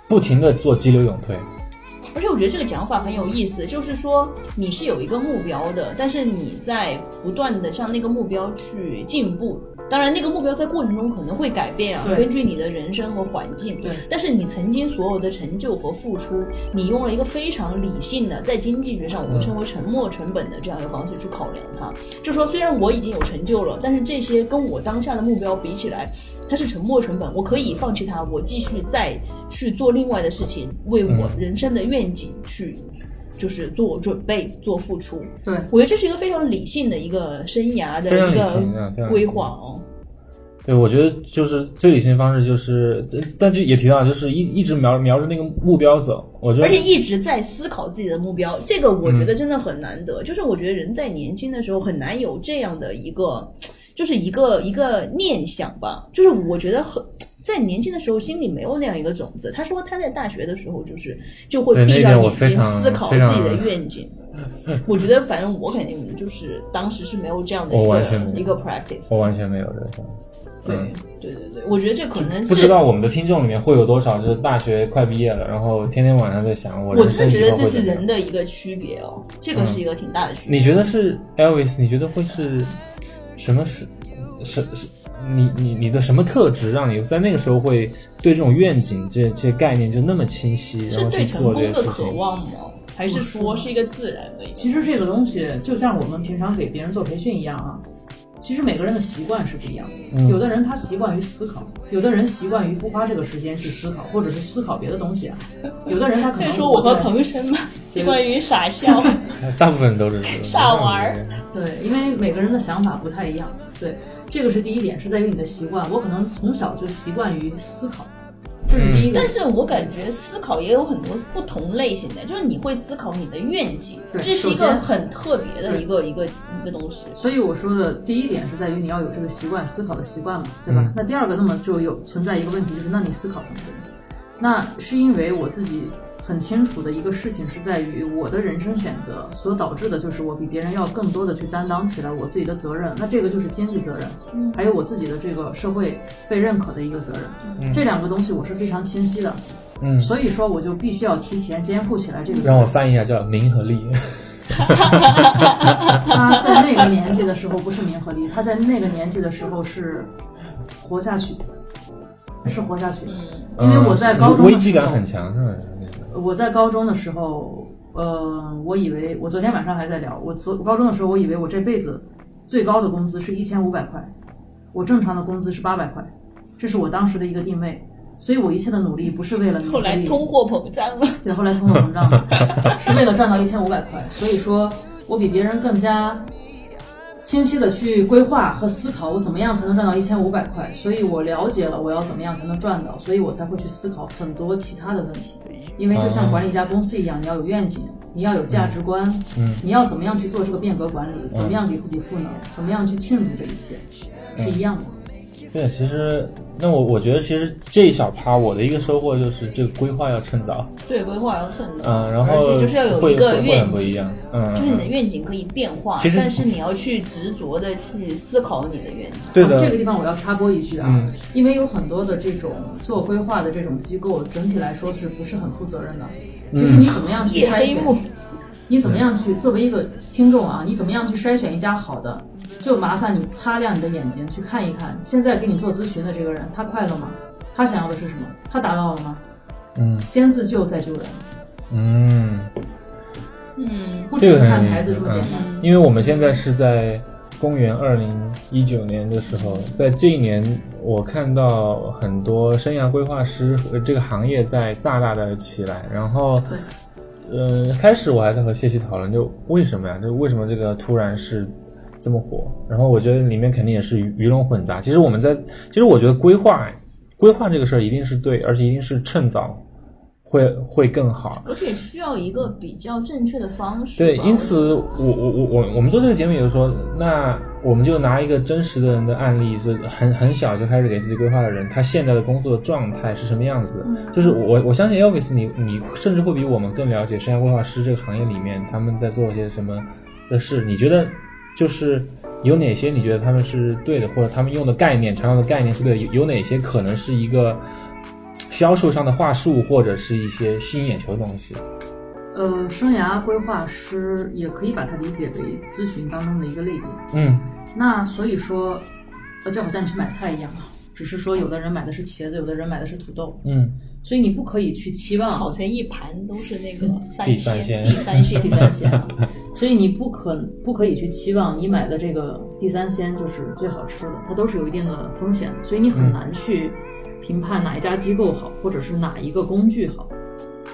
S2: 不停的做激流勇退，
S1: 而且我觉得这个讲法很有意思，就是说你是有一个目标的，但是你在不断的向那个目标去进步。当然，那个目标在过程中可能会改变啊，
S3: 对
S1: 根据你的人生和环境。
S3: 对
S1: 但是你曾经所有的成就和付出，你用了一个非常理性的，在经济学上我
S2: 嗯
S1: 们称为沉没成本的这样一个方式去考量它。就说虽然我已经有成就了，但是这些跟我当下的目标比起来，它是沉没成本，我可以放弃它，我继续再去做另外的事情，为我
S2: 嗯
S1: 人生的愿景去。就是做准备，做付出。
S3: 对
S1: 我觉得这是一个非常理性的一个生涯的
S2: 非常
S1: 一
S2: 理性啊非
S1: 个
S2: 常
S1: 规划哦。
S2: 对，我觉得就是最理性的方式就是，但但就也提到，就是一一直瞄瞄着那个目标走。我觉得
S1: 而且一直在思考自己的目标，这个我
S2: 嗯
S1: 觉得真的很难得。就是我觉得人在年轻的时候很难有这样的一个，就是一个一个念想吧。就是我觉得很。在年轻的时候，心里没有那样一个种子。他说他在大学的时候，就是就会
S2: 对
S1: 闭
S2: 那
S1: 上
S2: 个我
S1: 眼
S2: 非
S1: 睛
S2: 常
S1: 思考自
S2: 非常
S1: 己的愿景。我觉得，反正我肯定就是当时是没有这样的
S2: 我
S1: 一
S2: 完全没
S1: 个
S2: 有
S1: 一个 practice。
S2: 我完全没有这个想法。
S1: 对
S2: 嗯
S1: 对对对，我觉得这可能
S2: 不知
S1: 是
S2: 道我们的听众里面会有多少就是大学快毕业了，然后天天晚上在想我
S1: 我
S2: 人
S1: 真的
S2: 生
S1: 觉
S2: 以
S1: 得
S2: 后
S1: 这
S2: 会
S1: 是
S2: 怎么
S1: 人
S2: 样。嗯
S1: 的一个区别哦，这个是一个挺大的区别。
S2: 你觉得是 Elvis？你觉得会是什么是什是你你你的什么特质让你在那个时候会对这种愿景这这概念就那么清晰，然
S1: 是
S2: 后去
S1: 对成
S2: 做这些
S1: 功的
S2: 事
S1: 渴
S2: 情？
S1: 望吗？还是说是一个自然的一个？
S3: 其实这个东西就像我们平常给别人做培训一样啊，其实每个人的习惯是不一样的。
S2: 嗯
S3: 有的人他习惯于思考，有的人习惯于不花这个时间去思考，或者是思考别的东西啊。有的人他 可
S1: 可以
S3: 能
S1: 说我和
S3: 在
S1: 彭生吧，习惯于傻笑。
S2: 大部分都是这种
S1: 傻玩儿。
S3: 对，因为每个人的想法不太一样。对，这个是第一点，是在于你的习惯。我可能从小就习惯于思考，这是第一点。
S1: 但是我感觉思考也有很多不同类型的，就是你会思考你的愿景，
S3: 对
S1: 这是一
S3: 首
S1: 个
S3: 先
S1: 很特别的一个一个一个东西。
S3: 所以我说的第一点是在于你要有这个习惯，思考的习惯嘛，对吧？
S2: 嗯
S3: 那第二个，那么就有存在一个问题，就是那你思考什么？那是因为我自己很清楚的一个事情是在于我的人生选择所导致的，就是我比别人要更多的去担当起来我自己的责任，那这个就是经济责任，
S1: 嗯
S3: 还有我自己的这个社会被认可的一个责任，
S2: 嗯
S3: 这两个东西我是非常清晰的，
S2: 嗯，
S3: 所以说我就必须要提前肩负起来这个责
S2: 让我
S3: 任。
S2: 翻译一下，叫名和 利。
S3: 他啊在那个年纪的时候不是名和利，他在那个年纪的时候是活下去，是活下去。
S1: 嗯，
S3: 因为我在高中的时候
S2: 危机感很强，是吧？
S3: 我在高中的时候，呃，我以为我昨天晚上还在聊，我昨我高中的时候，我以为我这辈子最高的工资是一千五百块，我正常的工资是八百块，这是我当时的一个定位，所以我一切的努力不是为了名
S1: 后
S3: 和
S1: 来
S3: 利
S1: 通货膨胀了，
S3: 对，后来通货膨胀了，是为了赚到一千五百块，所以说我比别人更加清晰的去规划和思考，我怎么样才能赚到一千五百块，所以我了解了我要怎么样才能赚到，所以我才会去思考很多其他的问题，因为就像管理一家公司一样，你要有愿景。你要有价值观，
S2: 啊嗯
S3: 你要怎么样去做这个变革管理？怎么样给自己赋能？怎么样去庆祝这一切？是一样的。
S2: 对，其实那我我觉得，其实这一小趴我的一个收获就是，这个规划要趁早，
S1: 对规划要趁早，
S2: 嗯，然
S1: 而
S2: 后
S1: 且就是要有
S2: 会
S1: 一个
S2: 会会
S1: 愿
S2: 很不
S1: 景
S2: 一。样，嗯，
S1: 呃就是你的愿景可以变化
S2: 其，实
S1: 但是你要去执着的去思考你的愿景。
S2: 对
S3: 啊这个
S2: 的，
S3: 地方我要插播一句啊，
S2: 嗯
S3: 因为有很多的这种做规划的这种机构，整体来说是不是很负责任的？
S2: 嗯
S3: 其实你怎么样去
S1: 夜
S3: 筛
S1: 黑
S3: 选？
S1: 幕
S3: 你怎么样去作为一个听众啊？你怎么样去筛选一家好的就麻烦你擦亮你的眼睛去看一看，现在给你做咨询的这个人，他快乐吗？他想要的是什么？他达到了吗？
S2: 嗯
S3: 先自救再救人，
S2: 嗯，
S1: 嗯
S3: 不
S2: 这
S3: 只
S2: 个很
S3: 是看
S2: 有意
S3: 牌子
S2: 思
S3: 这么简单。
S1: 嗯
S2: 因为我们现在是在公元二零一九年的时候，在这一年，我看到很多生涯规划师和这个行业在大大的起来。然后，嗯、开始我还在和谢希讨论，就为什么呀？就为什么这个突然是这么火？然后我觉得里面肯定也是鱼鱼龙混杂。其实我们在，其实我觉得规划规划这个事儿一定是对，而且一定是趁早会会更好。
S1: 而且需要一个比较正确的方式吧。
S2: 对，因
S1: 我觉得
S2: 此我我我我我们做这个节目也就是说，那我们就拿一个真实的人的案例，是很很小就开始给自己规划的人，他现在的工作状态是什么样子的？就是我我相信 Elvis，你你甚至会比我们更了解生涯规划师这个行业里面他们在做些什么的事。你觉得就是有哪些你觉得他们是对的，或者他们用的概念、常用的概念是对的？有有哪些可能是一个销售上的话术，或者是一些吸引眼球的东西？
S3: 呃，生涯规划师也可以把它理解为咨询当中的一个类别。
S2: 嗯
S3: 那所以说，呃，就好像你去买菜一样嘛，只是说有的人买的是茄子，有的人买的是土豆，
S2: 嗯。
S3: 所以你不可以去期
S1: 炒
S3: 望，
S1: 成一盘都是那个三
S2: 地三鲜
S1: 地三鲜，
S3: 第 三鲜啊，所以你不可不可以去期望你买的这个地三鲜就是最好吃的，它都是有一定的风险的，所以你很难去评判哪一家机构好，或者是哪一个工具好。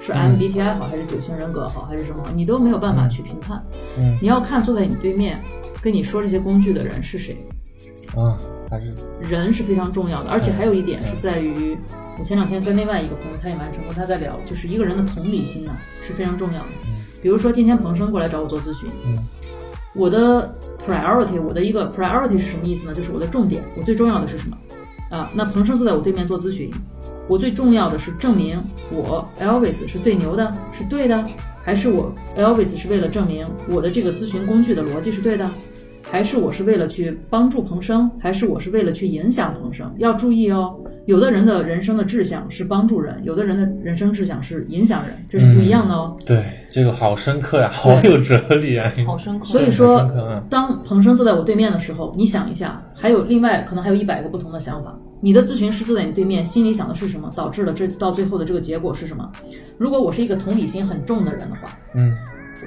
S3: 是
S2: 嗯
S3: MBTI 好还是九型人格好还是什么，你都没有办法去评判。
S2: 嗯
S3: 你要看坐在你对面跟你说这些工具的人是谁，
S2: 啊，还是
S3: 人是非常重要的，而且还有一点是在于，我前两天跟另外一个朋友，他也蛮成功，他在聊，就是一个人的同理心呢、是非常重要的
S2: 嗯。
S3: 比如说今天彭生过来找我做咨询，
S2: 嗯
S3: 我的 priority，我的一个 priority 是什么意思呢？就是我的重点，我最重要的是什么？啊，那彭生坐在我对面做咨询，我最重要的是证明我 Elvis 是最牛的，是对的，还是我 Elvis 是为了证明我的这个咨询工具的逻辑是对的，还是我是为了去帮助彭生，还是我是为了去影响彭生？要注意哦，有的人的人生的志向是帮助人，有的人的人生志向是影响人，这是不一样的哦。
S2: 对，这个好深刻呀、好有哲理啊！
S1: 好深刻。
S3: 所以
S2: 很
S3: 说
S2: 深刻啊，
S3: 当彭生坐在我对面的时候，你想一下，还有另外可能还有一百个不同的想法。你的咨询师坐在你对面，心里想的是什么，导致了这到最后的这个结果是什么？如果我是一个同理心很重的人的话，
S2: 嗯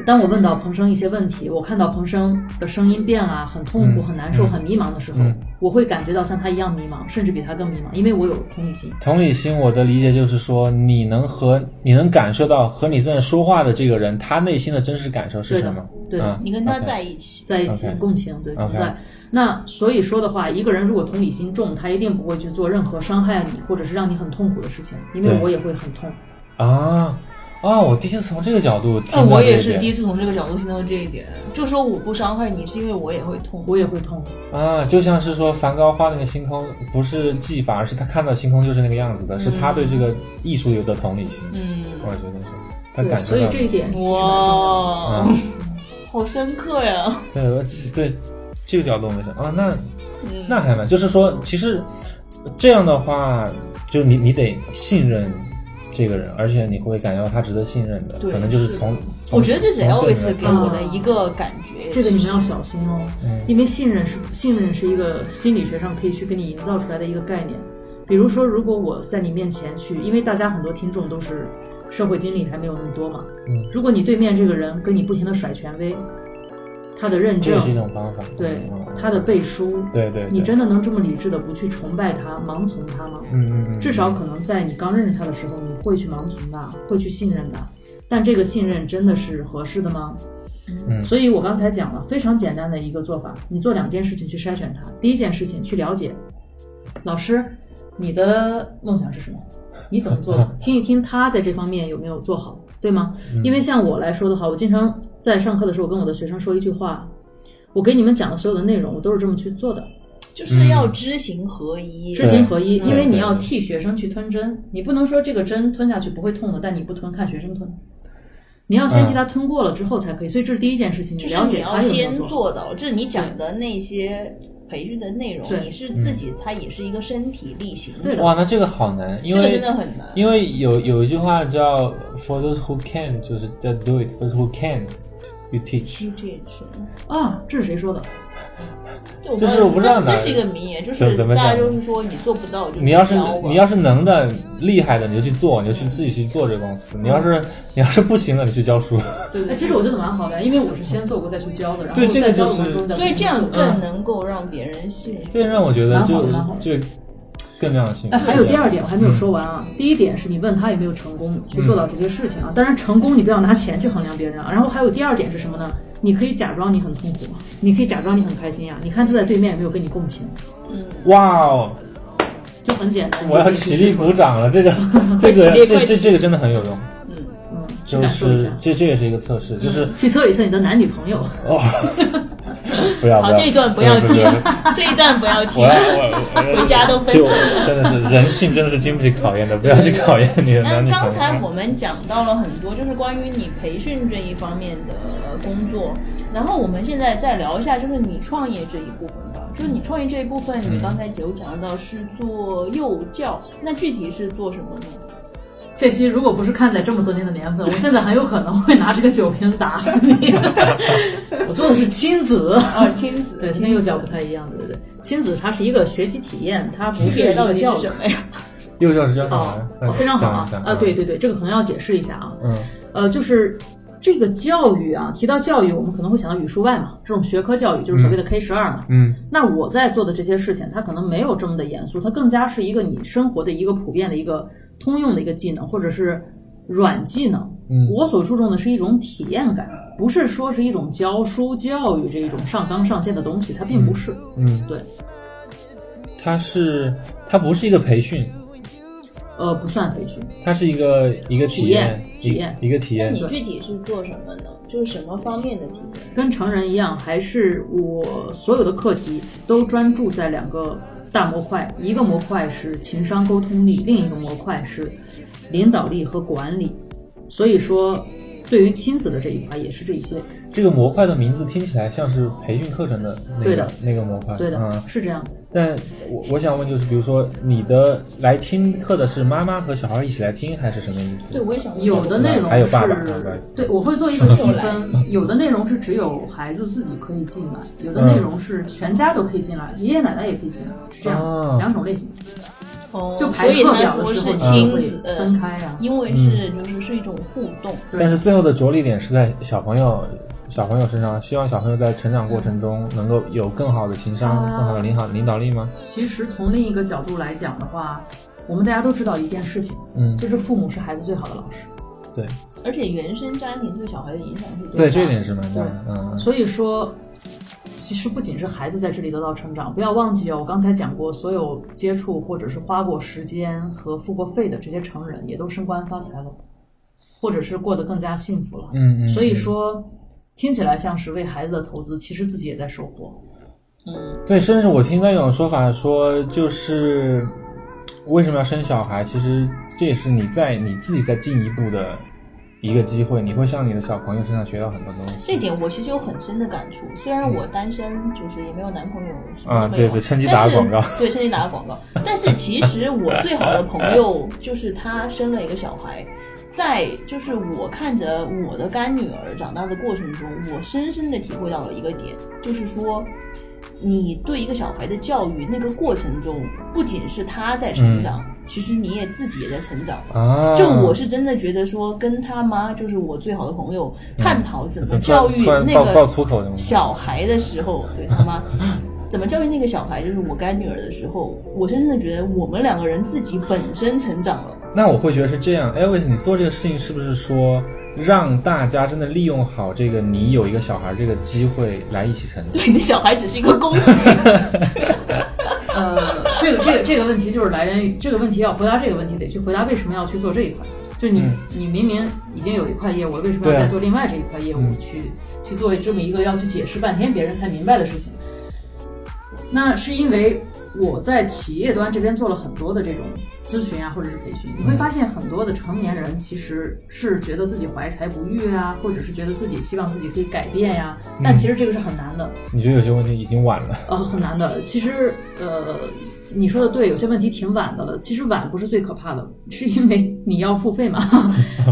S3: 当我问到彭生一些问题，我看到彭生的声音变了，很痛苦、
S2: 嗯
S3: 很难受、
S2: 嗯
S3: 很迷茫的时候
S2: 嗯，
S3: 我会感觉到像他一样迷茫，甚至比他更迷茫，因为我有同理心。
S2: 同理心，我的理解就是说，你能和你能感受到和你正在说话的这个人，他内心的真实感受是
S3: 对的
S2: 什么？
S3: 对的
S2: 啊
S1: 你跟他
S2: OK
S1: 在一起，
S3: 在一起
S2: OK
S3: 共情，对
S2: OK
S3: 同在。那所以说的话，一个人如果同理心重，他一定不会去做任何伤害你或者是让你很痛苦的事情，因为
S2: 对
S3: 我也会很痛。
S2: 啊啊！我第一次从这个角度听
S1: 那
S2: 到这
S3: 嗯
S2: 一点，
S1: 我也是第一次从这个角度听到这一点，就说我不伤害你，是因为我也会痛。
S3: 我也会痛。
S2: 啊，就像是说梵高画那个星空，不是技法，而是他看到星空就是那个样子的，是他对这
S3: 嗯
S2: 个艺术有的同理心。
S1: 嗯，
S2: 我觉得是，他
S3: 对，
S2: 感受
S3: 所以
S2: 到
S3: 这一点其实蛮重要的。
S1: 哇，
S2: 嗯
S1: 好深刻呀！
S2: 对我对这个角度我没想啊，那
S1: 嗯，
S2: 那还蛮，就是说，其实这样的话，就是你你得信任这个人，而且你会感觉到他值得信任的，
S1: 对
S2: 可能就是
S1: 是
S2: 从从
S1: 我觉得这是
S2: 从个
S1: Elvis
S2: 人
S1: 给我的一个感觉，
S3: 这个你们要小心哦，
S2: 嗯
S3: 因为信任是信任是一个心理学上可以去给你营造出来的一个概念。比如说，如果我在你面前去，因为大家很多听众都是社会经历还没有那么多嘛，
S2: 嗯
S3: 如果你对面这个人跟你不停的甩权威，他的认
S2: 这
S3: 证
S2: 也，是一种方法，
S3: 对
S2: 嗯
S3: 他的背书，
S2: 对对，对
S3: 你真的能这么理智的不去崇拜他、盲从他吗？
S2: 嗯嗯嗯，
S3: 至少可能在你刚认识他的时候，你会去盲从他，会去信任他，但这个信任真的是合适的吗？
S2: 嗯
S3: 所以我刚才讲了非常简单的一个做法，你做两件事情去筛选他。第一件事情去了解，老师，你的梦想是什么？你怎么 做的？听一听他在这方面有没有做好，对吗？
S2: 嗯
S3: 因为像我来说的话，我经常在上课的时候，我跟我的学生说一句话，我给你们讲的所有的内容，我都是这么去做的。
S1: 就是要知行合一。
S3: 知行合一，
S2: 嗯对
S3: 因为
S2: 对
S3: 你要
S2: 对
S3: 替学生去吞针，你不能说这个针吞下去不会痛的，但你不吞，看学生吞。你要
S2: 嗯
S3: 先替他吞过了之后才可以，所以这是第一件事情，
S1: 就是
S3: 了
S1: 你
S3: 解
S1: 要
S3: 他有没
S1: 先
S3: 有做好。
S1: 做到，就是你讲的那些培训的内容
S3: 对，
S1: 你
S2: 嗯
S1: 是自己，它也是一个身体力行
S3: 对的
S1: 者，
S2: 哇，那这个好难，因
S1: 这个
S2: 为
S1: 真的很难。
S2: 因为有有一句话叫 “For those who can”，就是叫 “Do it for those who can”，you teach。
S1: 这也是
S3: 啊，这是谁说的？
S1: 就
S2: 就是我不知道
S1: 这
S2: 哪
S1: 是一个谜，就
S2: 怎
S1: 是
S2: 么怎么
S1: 大家
S2: 讲
S1: 就是说你做不到就
S2: 你要是
S1: 不教我
S2: 你要是能的、厉害的，你就去做，你就去自己去做这个公司。
S3: 嗯
S2: 你要是你要是不行的，你去教 书。
S1: 对
S3: 哎，
S1: 对，
S3: 其实我真的蛮好的，因为我是先做过再去教的，然后
S2: 对这个
S3: 在教
S2: 就
S3: 的过
S2: 是嗯
S3: 程中再
S1: 所以这样
S3: 嗯
S1: 更能够让别人信任。
S2: 这让我觉得
S3: 蛮好
S2: 就
S3: 的蛮好的
S2: 就更让我幸福。
S3: 哎，还有第二点我还没有说完啊。第一点是你问他有没有成功去做到这些事情啊。
S2: 嗯
S3: 当然，成功你不要拿钱去衡量别人啊。然后还有第二点是什么呢？你可以假装你很痛苦，你可以假装你很开心呀、啊你看他在对面有没有跟你共情，
S2: 哇哦，
S3: 就很简单。
S2: 我要起立鼓掌了， 这个这个
S1: 快起立
S2: 这
S1: 快起
S2: 这
S1: 立
S2: 这个真的很有用，
S1: 嗯，
S3: 嗯，去
S2: 就
S3: 感受一
S2: 是
S3: 下，嗯
S2: 这这也是一个测试，就是
S3: 去测一测你的男女朋友。
S2: 哦，不要不
S1: 好，
S2: 要，
S1: 这一段不要
S2: 不
S1: 听
S2: 要，
S1: 这一段不要
S2: 我
S1: 听
S2: 要。我 我
S1: 回家都分
S2: 就真的是人性真的是经不起考验的，不要去考验你
S3: 嗯
S2: 的嗯男
S1: 但
S2: 女朋友。
S1: 刚才我们讲到了很多，就是关于你培训这一方面的工作。然后我们现在再聊一下，就是你创业这一部分吧。就是你创业这一部分，
S2: 嗯
S1: 你刚才有讲到是做幼教，那具体是做什么呢？
S3: 这期如果不是看在这么多年的年份，我现在很有可能会拿这个酒瓶子打死你。 我做的是亲子。
S1: 啊，亲子
S3: 对，
S1: 亲
S3: 那幼教不太一样，对对对。亲子它是一个学习体验，它不是
S1: 子
S3: 一
S1: 到
S3: 个
S1: 底
S3: 教
S1: 是
S3: 育
S1: 什。么呀？
S2: 幼教是教什
S3: 哦
S2: 么？，
S3: 哦非常好啊！
S2: 嗯讲一下
S3: 啊，对，对对，这个可能要解释一下啊。
S2: 嗯
S3: 呃，就是这个教育啊，提到教育，我们可能会想到语数外嘛，这种学科教育就是所谓的 K 十二嘛。
S2: 嗯
S3: 那我在做的这些事情，它可能没有这么的严肃，它更加是一个你生活的一个普遍的一个通用的一个技能，或者是软技能。
S2: 嗯
S3: 我所注重的是一种体验感，不是说是一种教书教育这一种上纲上线的东西，它并不是。
S2: 嗯，
S3: 对，
S2: 它是它不是一个培训，
S3: 呃，不算培训。
S2: 它是一个一个体
S3: 体验
S2: 一一个体
S1: 那
S2: 验。
S1: 你具体是做什么呢？就是什么方面的体验？
S3: 跟成人一样，还是我所有的课题都专注在两个大模块，一个模块是情商沟通力，另一个模块是领导力和管理。所以说，对于亲子的这一块也是这一些，
S2: 这个模块的名字听起来像是培训课程的那
S3: 对
S2: 个
S3: 的
S2: 那个模块，
S3: 对的，
S2: 嗯，
S3: 是这样的。
S2: 但我我想问，就是比如说你的来听课的是妈妈和小孩一起来听，还是什么意思？
S1: 对，我也想问
S3: 有的内容
S2: 还有
S3: 是
S2: 爸爸还有
S3: 对，我会做一个区分。有的内容是只有孩子自己可以进来，有的内容是全家都可以进来，爷爷奶奶也可以进来，是这样
S2: 哦
S3: 的两种类型。
S1: 哦
S3: 就排
S1: 所以
S3: 课
S1: 才
S3: 表
S1: 说
S3: 的时
S1: 是
S3: 候你
S1: 亲
S3: 会
S1: 子
S3: 分开啊。
S1: 因为是就是是一种互动，
S2: 但是最后的着力点是在小朋友小朋友身上，希望小朋友在成长过程中能够有更好的情商、
S3: 啊
S2: 更好的领导领导力吗？
S3: 其实从另一个角度来讲的话，我们大家都知道一件事情，
S2: 嗯，
S3: 就是父母是孩子最好的老师。
S2: 对
S1: 而且原生家庭对小孩的影响是
S2: 对，
S1: 大
S2: 这
S1: 的
S2: 一点是蛮大的。嗯，
S3: 所以说，其实不仅是孩子在这里得到成长，不要忘记哦，我刚才讲过，所有接触或者是花过时间和付过费的这些成人，也都升官发财了，或者是过得更加幸福了。
S2: 嗯嗯
S3: 所以说，听起来像是为孩子的投资，其实自己也在收获。
S1: 嗯，
S2: 对，甚至我听到一种说法说，就是为什么要生小孩？其实这也是你在你自己在进一步的一个机会，你会向你的小朋友身上学到很多东西。
S1: 这点我其实有很深的感触。虽然我单身，就是也没有男朋友什
S2: 嗯
S1: 么
S2: 啊
S1: 都没
S2: 对
S1: 有
S2: 对趁机
S1: 但
S2: 打
S1: 是
S2: 广告
S1: 对，趁机打个广告。但是其实我最好的朋 友就是他生了一个小孩，在就是我看着我的干女儿长大的过程中，我深深的体会到了一个点，就是说。你对一个小孩的教育那个过程中，不仅是他在成长，
S2: 嗯
S1: 其实你也自己也在成长。
S2: 啊，
S1: 就我是真的觉得说，跟他妈就是我最好的朋友，探讨怎么教育
S2: 突然
S1: 那
S2: 爆嗯爆
S1: 个
S2: 粗口的吗？
S1: 小孩的时候，对他 妈怎么教育那个小孩，就是我干女儿的时候，我真的觉得我们两个人自己本身成长了。
S2: 那我会觉得是这样，Elvis，你做这个事情是不是说让大家真的利用好这个你有一个小孩这个机会来一起成长？
S1: 对，你的小孩只是一 个工具，
S3: 呃，这个这个这个问题就是来源于这个问题要回答这个问题，得去回答为什么要去做这一块。就你、
S2: 嗯
S3: 你明明已经有一块业务了，为什么
S2: 对
S3: 要
S2: 啊
S3: 再做另外这一块业务
S2: 嗯
S3: 去、去做这么一个要去解释半天别人才明白的事情？那是因为我在企业端这边做了很多的这种咨询啊，或者是培训，你
S2: 嗯
S3: 会发现很多的成年人其实是觉得自己怀才不遇啊，或者是觉得自己希望自己可以改变呀、
S2: 嗯
S3: 但其实这个是很难的，
S4: 你觉得有些问题已经晚了，
S3: 呃，很难的。其实，呃，你说的对，有些问题挺晚的了。其实晚不是最可怕的，是因为你要 付费嘛。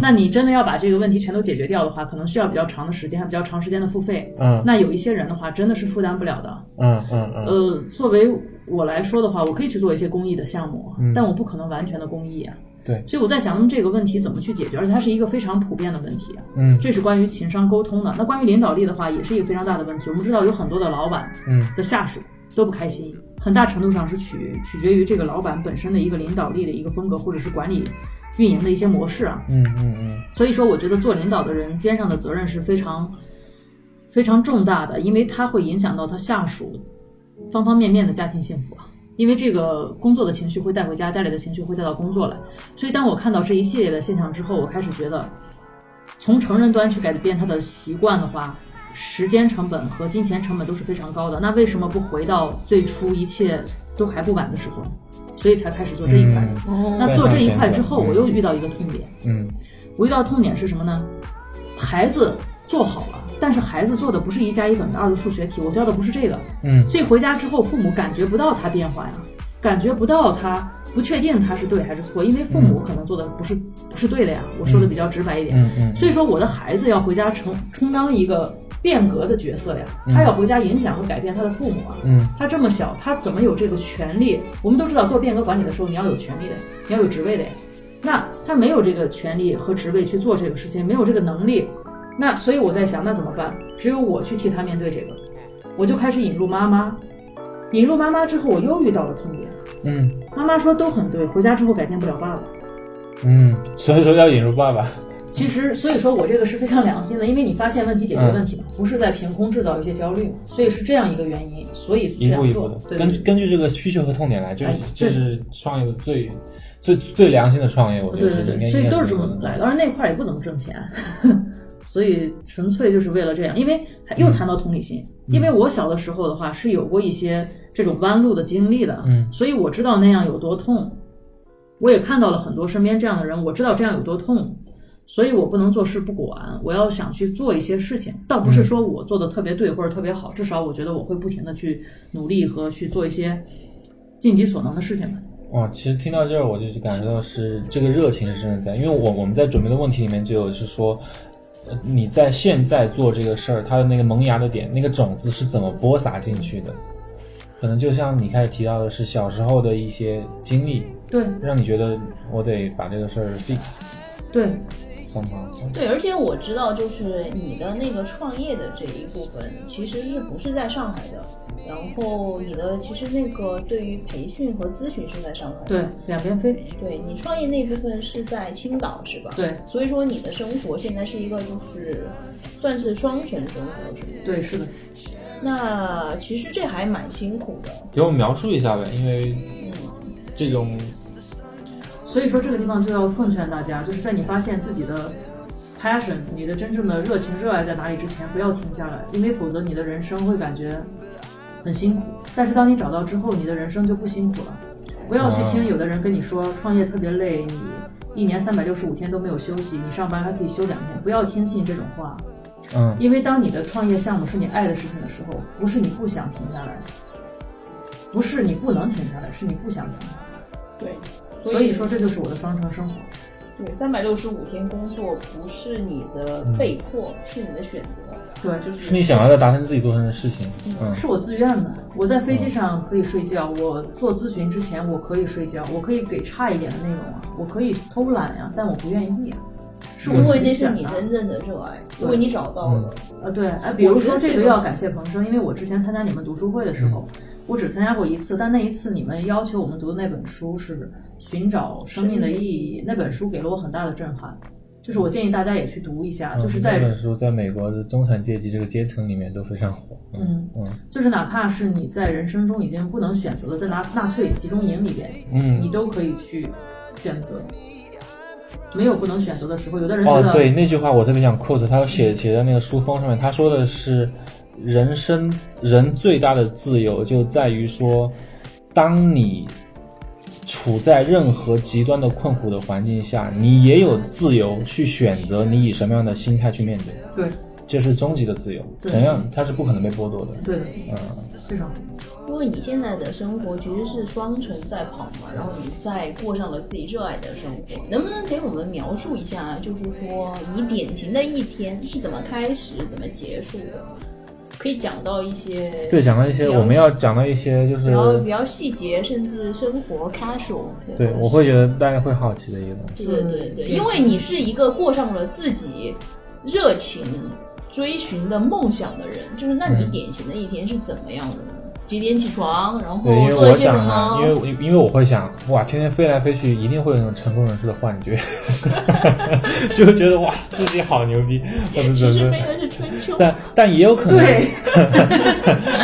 S3: 那你真的要把这个问题全都解决掉的话，可能需要比较长的时间，还比较长时间的付费。
S2: 嗯
S3: 那有一些人的话，真的是负担不了的。
S2: 嗯嗯嗯，
S3: 呃，作为我来说的话，我可以去做一些公益的项目，
S2: 嗯
S3: 但我不可能完全的公益啊。
S2: 对
S3: 所以我在想这个问题怎么去解决，而且它是一个非常普遍的问题。啊
S2: 嗯
S3: 这是关于情商沟通的。那关于领导力的话，也是一个非常大的问题。我们知道有很多的老板，
S2: 嗯，
S3: 的下属都不开心，很大程度上是取取决于这个老板本身的一个领导力的一个风格，或者是管理运营的一些模式啊。
S2: 嗯嗯嗯，
S3: 所以说，我觉得做领导的人肩上的责任是非常非常重大的，因为它会影响到他下属方方面面的家庭幸福啊。因为这个工作的情绪会带回家，家里的情绪会带到工作来。所以，当我看到这一系列的现象之后，我开始觉得，从成人端去改变他的习惯的话，时间成本和金钱成本都是非常高的。那为什么不回到最初一切都还不晚的时候呢？所以才开始做这一块。
S2: 嗯
S1: 哦
S3: 那
S4: 再
S3: 做
S4: 向
S3: 这一
S4: 前
S3: 块
S4: 走
S3: 之后，我
S4: 嗯
S3: 又遇到一个痛点。
S4: 嗯
S3: 我遇到的痛点是什么呢？孩子做好了，但是孩子做的不是一加一等于二的数学题，我教的不是这个，
S2: 嗯
S3: 所以回家之后父母感觉不到他变化呀，感觉不到他不确定他是对还是错，因为父母可能做的不是不是对的呀。我说的比较直白一点，
S2: 嗯嗯，
S3: 所以说我的孩子要回家充充当一个变革的角色呀，他要回家影响和改变他的父母啊。
S2: 嗯
S3: 他这么小，他怎么有这个权利？我们都知道，做变革管理的时候，你要有权利的，你要有职位的呀。那他没有这个权利和职位去做这个事情，没有这个能力，那所以我在想，那怎么办？只有我去替他面对这个，我就开始引入妈妈。引入妈妈之后，我又遇到了痛点。
S2: 嗯
S3: 妈妈说都很对，回家之后改变不了爸爸。
S2: 嗯，
S4: 所以说要引入爸爸，
S3: 其实，所以说我这个是非常良心的，因为你发现问题，解
S4: 嗯
S3: 决问题嘛，不是在凭空制造一些焦虑嘛，所以是这样一个原因，所以这
S4: 一步
S3: 样
S4: 一
S3: 做
S4: 步的，
S3: 对
S4: 根
S3: 对
S4: 据
S3: 对
S4: 根据这个需求和痛点来，就是
S3: 哎
S4: 这是创业的最最最良心的创业，我觉得
S3: 对
S4: 是
S3: 对
S4: 应该
S3: 对，所以都是这
S4: 应该
S3: 么来的，而那块儿也不怎么挣钱， 所以纯粹就是为了这样，因为又谈到同理心，因为我小的时候的话是有过一些这种弯路的经历的，
S2: 嗯
S3: 所以我知道那样有多痛，我也看到了很多身边这样的人，我知道这样有多痛。所以我不能坐视不管，我要想去做一些事情，倒不是说我做的特别对或者特别好，至少我觉得我会不停的去努力和去做一些尽己所能的事情吧。
S4: 哇，其实听到这儿，我就感觉到是这个热情是真的在，因为我我们在准备的问题里面就有是说，呃你在现在做这个事儿，它的那个萌芽的点，那个种子是怎么播撒进去的？可能就像你开始提到的是小时候的一些经历，
S3: 对
S4: 让你觉得我得把这个事儿 fix
S3: 对，
S4: somehow。
S1: 对，而且我知道，就是你的那个创业的这一部分，其实是不是在上海的？然后你的其实那个对于培训和咨询是在上海的，
S3: 对，两边飞。
S1: 对，对你创业那部分是在青岛是吧？
S3: 对
S1: 所以说你的生活现在是一个就是算是双城生活是吗？
S3: 对，是的，
S1: 那其实这还蛮辛苦的，
S4: 给我们描述一下呗，因为
S1: 嗯，
S4: 这种
S3: 所以说这个地方就要奉劝大家，就是在你发现自己的 passion、你的真正的热情、热爱在哪里之前，不要停下来，因为否则你的人生会感觉很辛苦。但是当你找到之后，你的人生就不辛苦了。不要去听有的人跟你说创业特别累，你一年三百六十五天都没有休息，你上班还可以休两天，不要听信这种话。
S4: 嗯
S3: 因为当你的创业项目是你爱的事情的时候，不是你不想停下来，不是你不能停下来，是你不想停下来。
S1: 对，
S3: 所以说这就是我的双城生活。
S1: 对三百六十五天工作不是你的
S3: 嗯
S1: 被迫，是你的选择。
S3: 对，就是
S4: 你想要的达成自己做成的事情，嗯
S3: 是我自愿的。我在飞机上可以睡觉，我做咨询之前我可以睡觉，我可以给差一点的内容啊，我可以偷懒呀、但我不愿意、啊。是我
S1: 因
S3: 自
S1: 为那
S3: 己
S1: 是
S3: 选
S1: 你
S3: 的。
S1: 真正的热爱，
S3: 对
S1: 因为你找到了。
S3: 呃，对，哎，比如
S1: 我觉
S3: 说
S1: 得
S3: 这
S1: 这
S3: 个嗯
S1: 个
S3: 要感谢彭生，因为我之前参加你们读书会的时候，我只参加过一次，但那一次你们要求我们读的那本书是《寻找生命的意义》，那本书给了我很大的震撼。就是我建议大家也去读一
S2: 嗯
S3: 下，就是在
S4: 这嗯本书在美国的中产阶级这个阶层里面都非常火，
S3: 嗯
S4: 嗯
S3: 就是哪怕是你在人生中已经不能选择的，在纳纳粹集中营里边，
S4: 嗯
S3: 你都可以去选择。没有不能选择的时候，有的人觉
S4: 哦
S3: 得，，
S4: 对，那句话我特别想 quote，他写写在那个书封上面，他说的是，人生人最大的自由就在于说，当你
S2: 处在任何极端的困苦的环境下，你也有自由去选择你以什么样的心态去面对，
S3: 对
S2: 这是终极的自由。
S3: 对
S2: 同样，它是不可能被剥夺的。
S3: 对的，
S2: 嗯，
S3: 非常好。
S1: 因为你现在的生活其实是双城在跑嘛，然后你在过上了自己热爱的生活，能不能给我们描述一下，就是说你典型的一天是怎么开始，怎么结束的？可以讲到一些
S2: 对，讲到一些
S1: 了解
S2: 我们要讲到一些就是
S1: 然后比较细节，甚至生活 casual 这种
S2: 对，我会觉得大家会好奇的一个东西。
S1: 对对对对，
S3: 嗯
S1: 因为你是一个过上了自己热情追寻的梦想的人，就是那你
S2: 嗯
S1: 典型的一天是怎么样的呢？几点起床，然后
S2: 对，因为
S1: 做一
S2: 我
S1: 些什
S2: 想啊，
S1: 么？
S2: 因为我因为我会想，哇，天天飞来飞去，一定会有那种成功人士的幻觉， 就会觉得哇，自己好牛逼，怎么怎
S1: 其
S2: 么
S1: 实
S2: 怎
S1: 飞
S2: 么。
S1: 的是春秋，
S2: 但但也有可能，
S3: 对，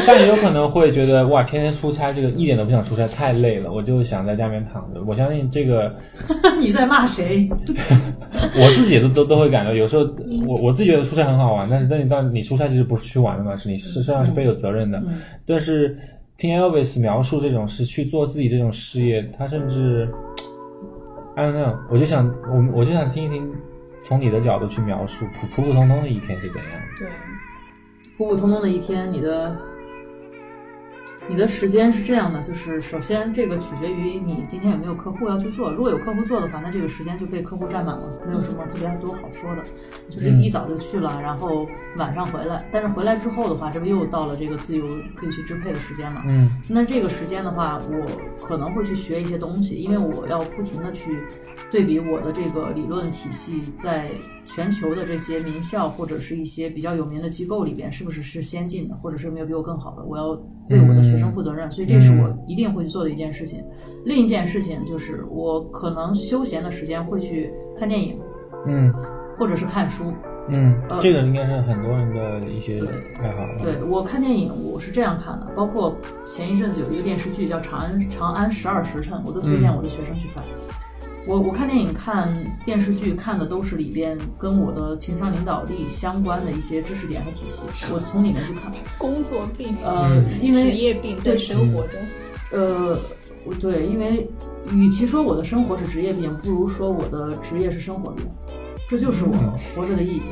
S2: 但也有可能会觉得哇，天天出差这个一点都不想出差，太累了，我就想在家里面躺着。我相信这个
S4: 嗯
S3: 你在骂谁？
S2: 我自己也都都都会感觉，有时候我我自己觉得出差很好玩，但是但你但你出差其实不是去玩的嘛，是你是身上是背有责任的。
S3: 嗯
S2: 但是听 Elvis 描述这种事去做自己这种事业，他甚至 I don't know，我就想我们我就想听一听，从你的角度去描述普普普通通的一天是怎样的。
S1: 对，
S3: 普普通通的一天，你的你的时间是这样的，就是首先这个取决于你今天有没有客户要去做，如果有客户做的话，那这个时间就被客户占满了，没有什么特别多好说的，就是一早就去了，然后晚上回来，但是回来之后的话，这不又到了这个自由可以去支配的时间嘛？
S2: 嗯
S3: 那这个时间的话，我可能会去学一些东西，因为我要不停的去对比我的这个理论体系在全球的这些名校或者是一些比较有名的机构里边是不是是先进的，或者是有没有比我更好的，我要为我的学生负责任，所以这是我一定会去做的一件事情。另一件事情就是我可能休闲的时间会去看电影
S2: 嗯
S3: 或者是看书，
S2: 嗯
S3: 呃，
S2: 这个应该是很多人的一些
S3: 对
S2: 爱好吧。
S3: 对呃我看电影，我是这样看的，包括前一阵子有一个电视剧叫《长安长安十二时辰》，我都推荐我的学生去看。我我看电影、看电视剧看的都是里边跟我的情商领导力相关的一些知识点和体系，我从里面去看。
S1: 工作病，
S3: 呃，因
S1: 职
S3: 为
S1: 业病在生活中，
S3: 呃，我对，因为与其说我的生活是职业病，不如说我的职业是生活病，这就是我活着的意义。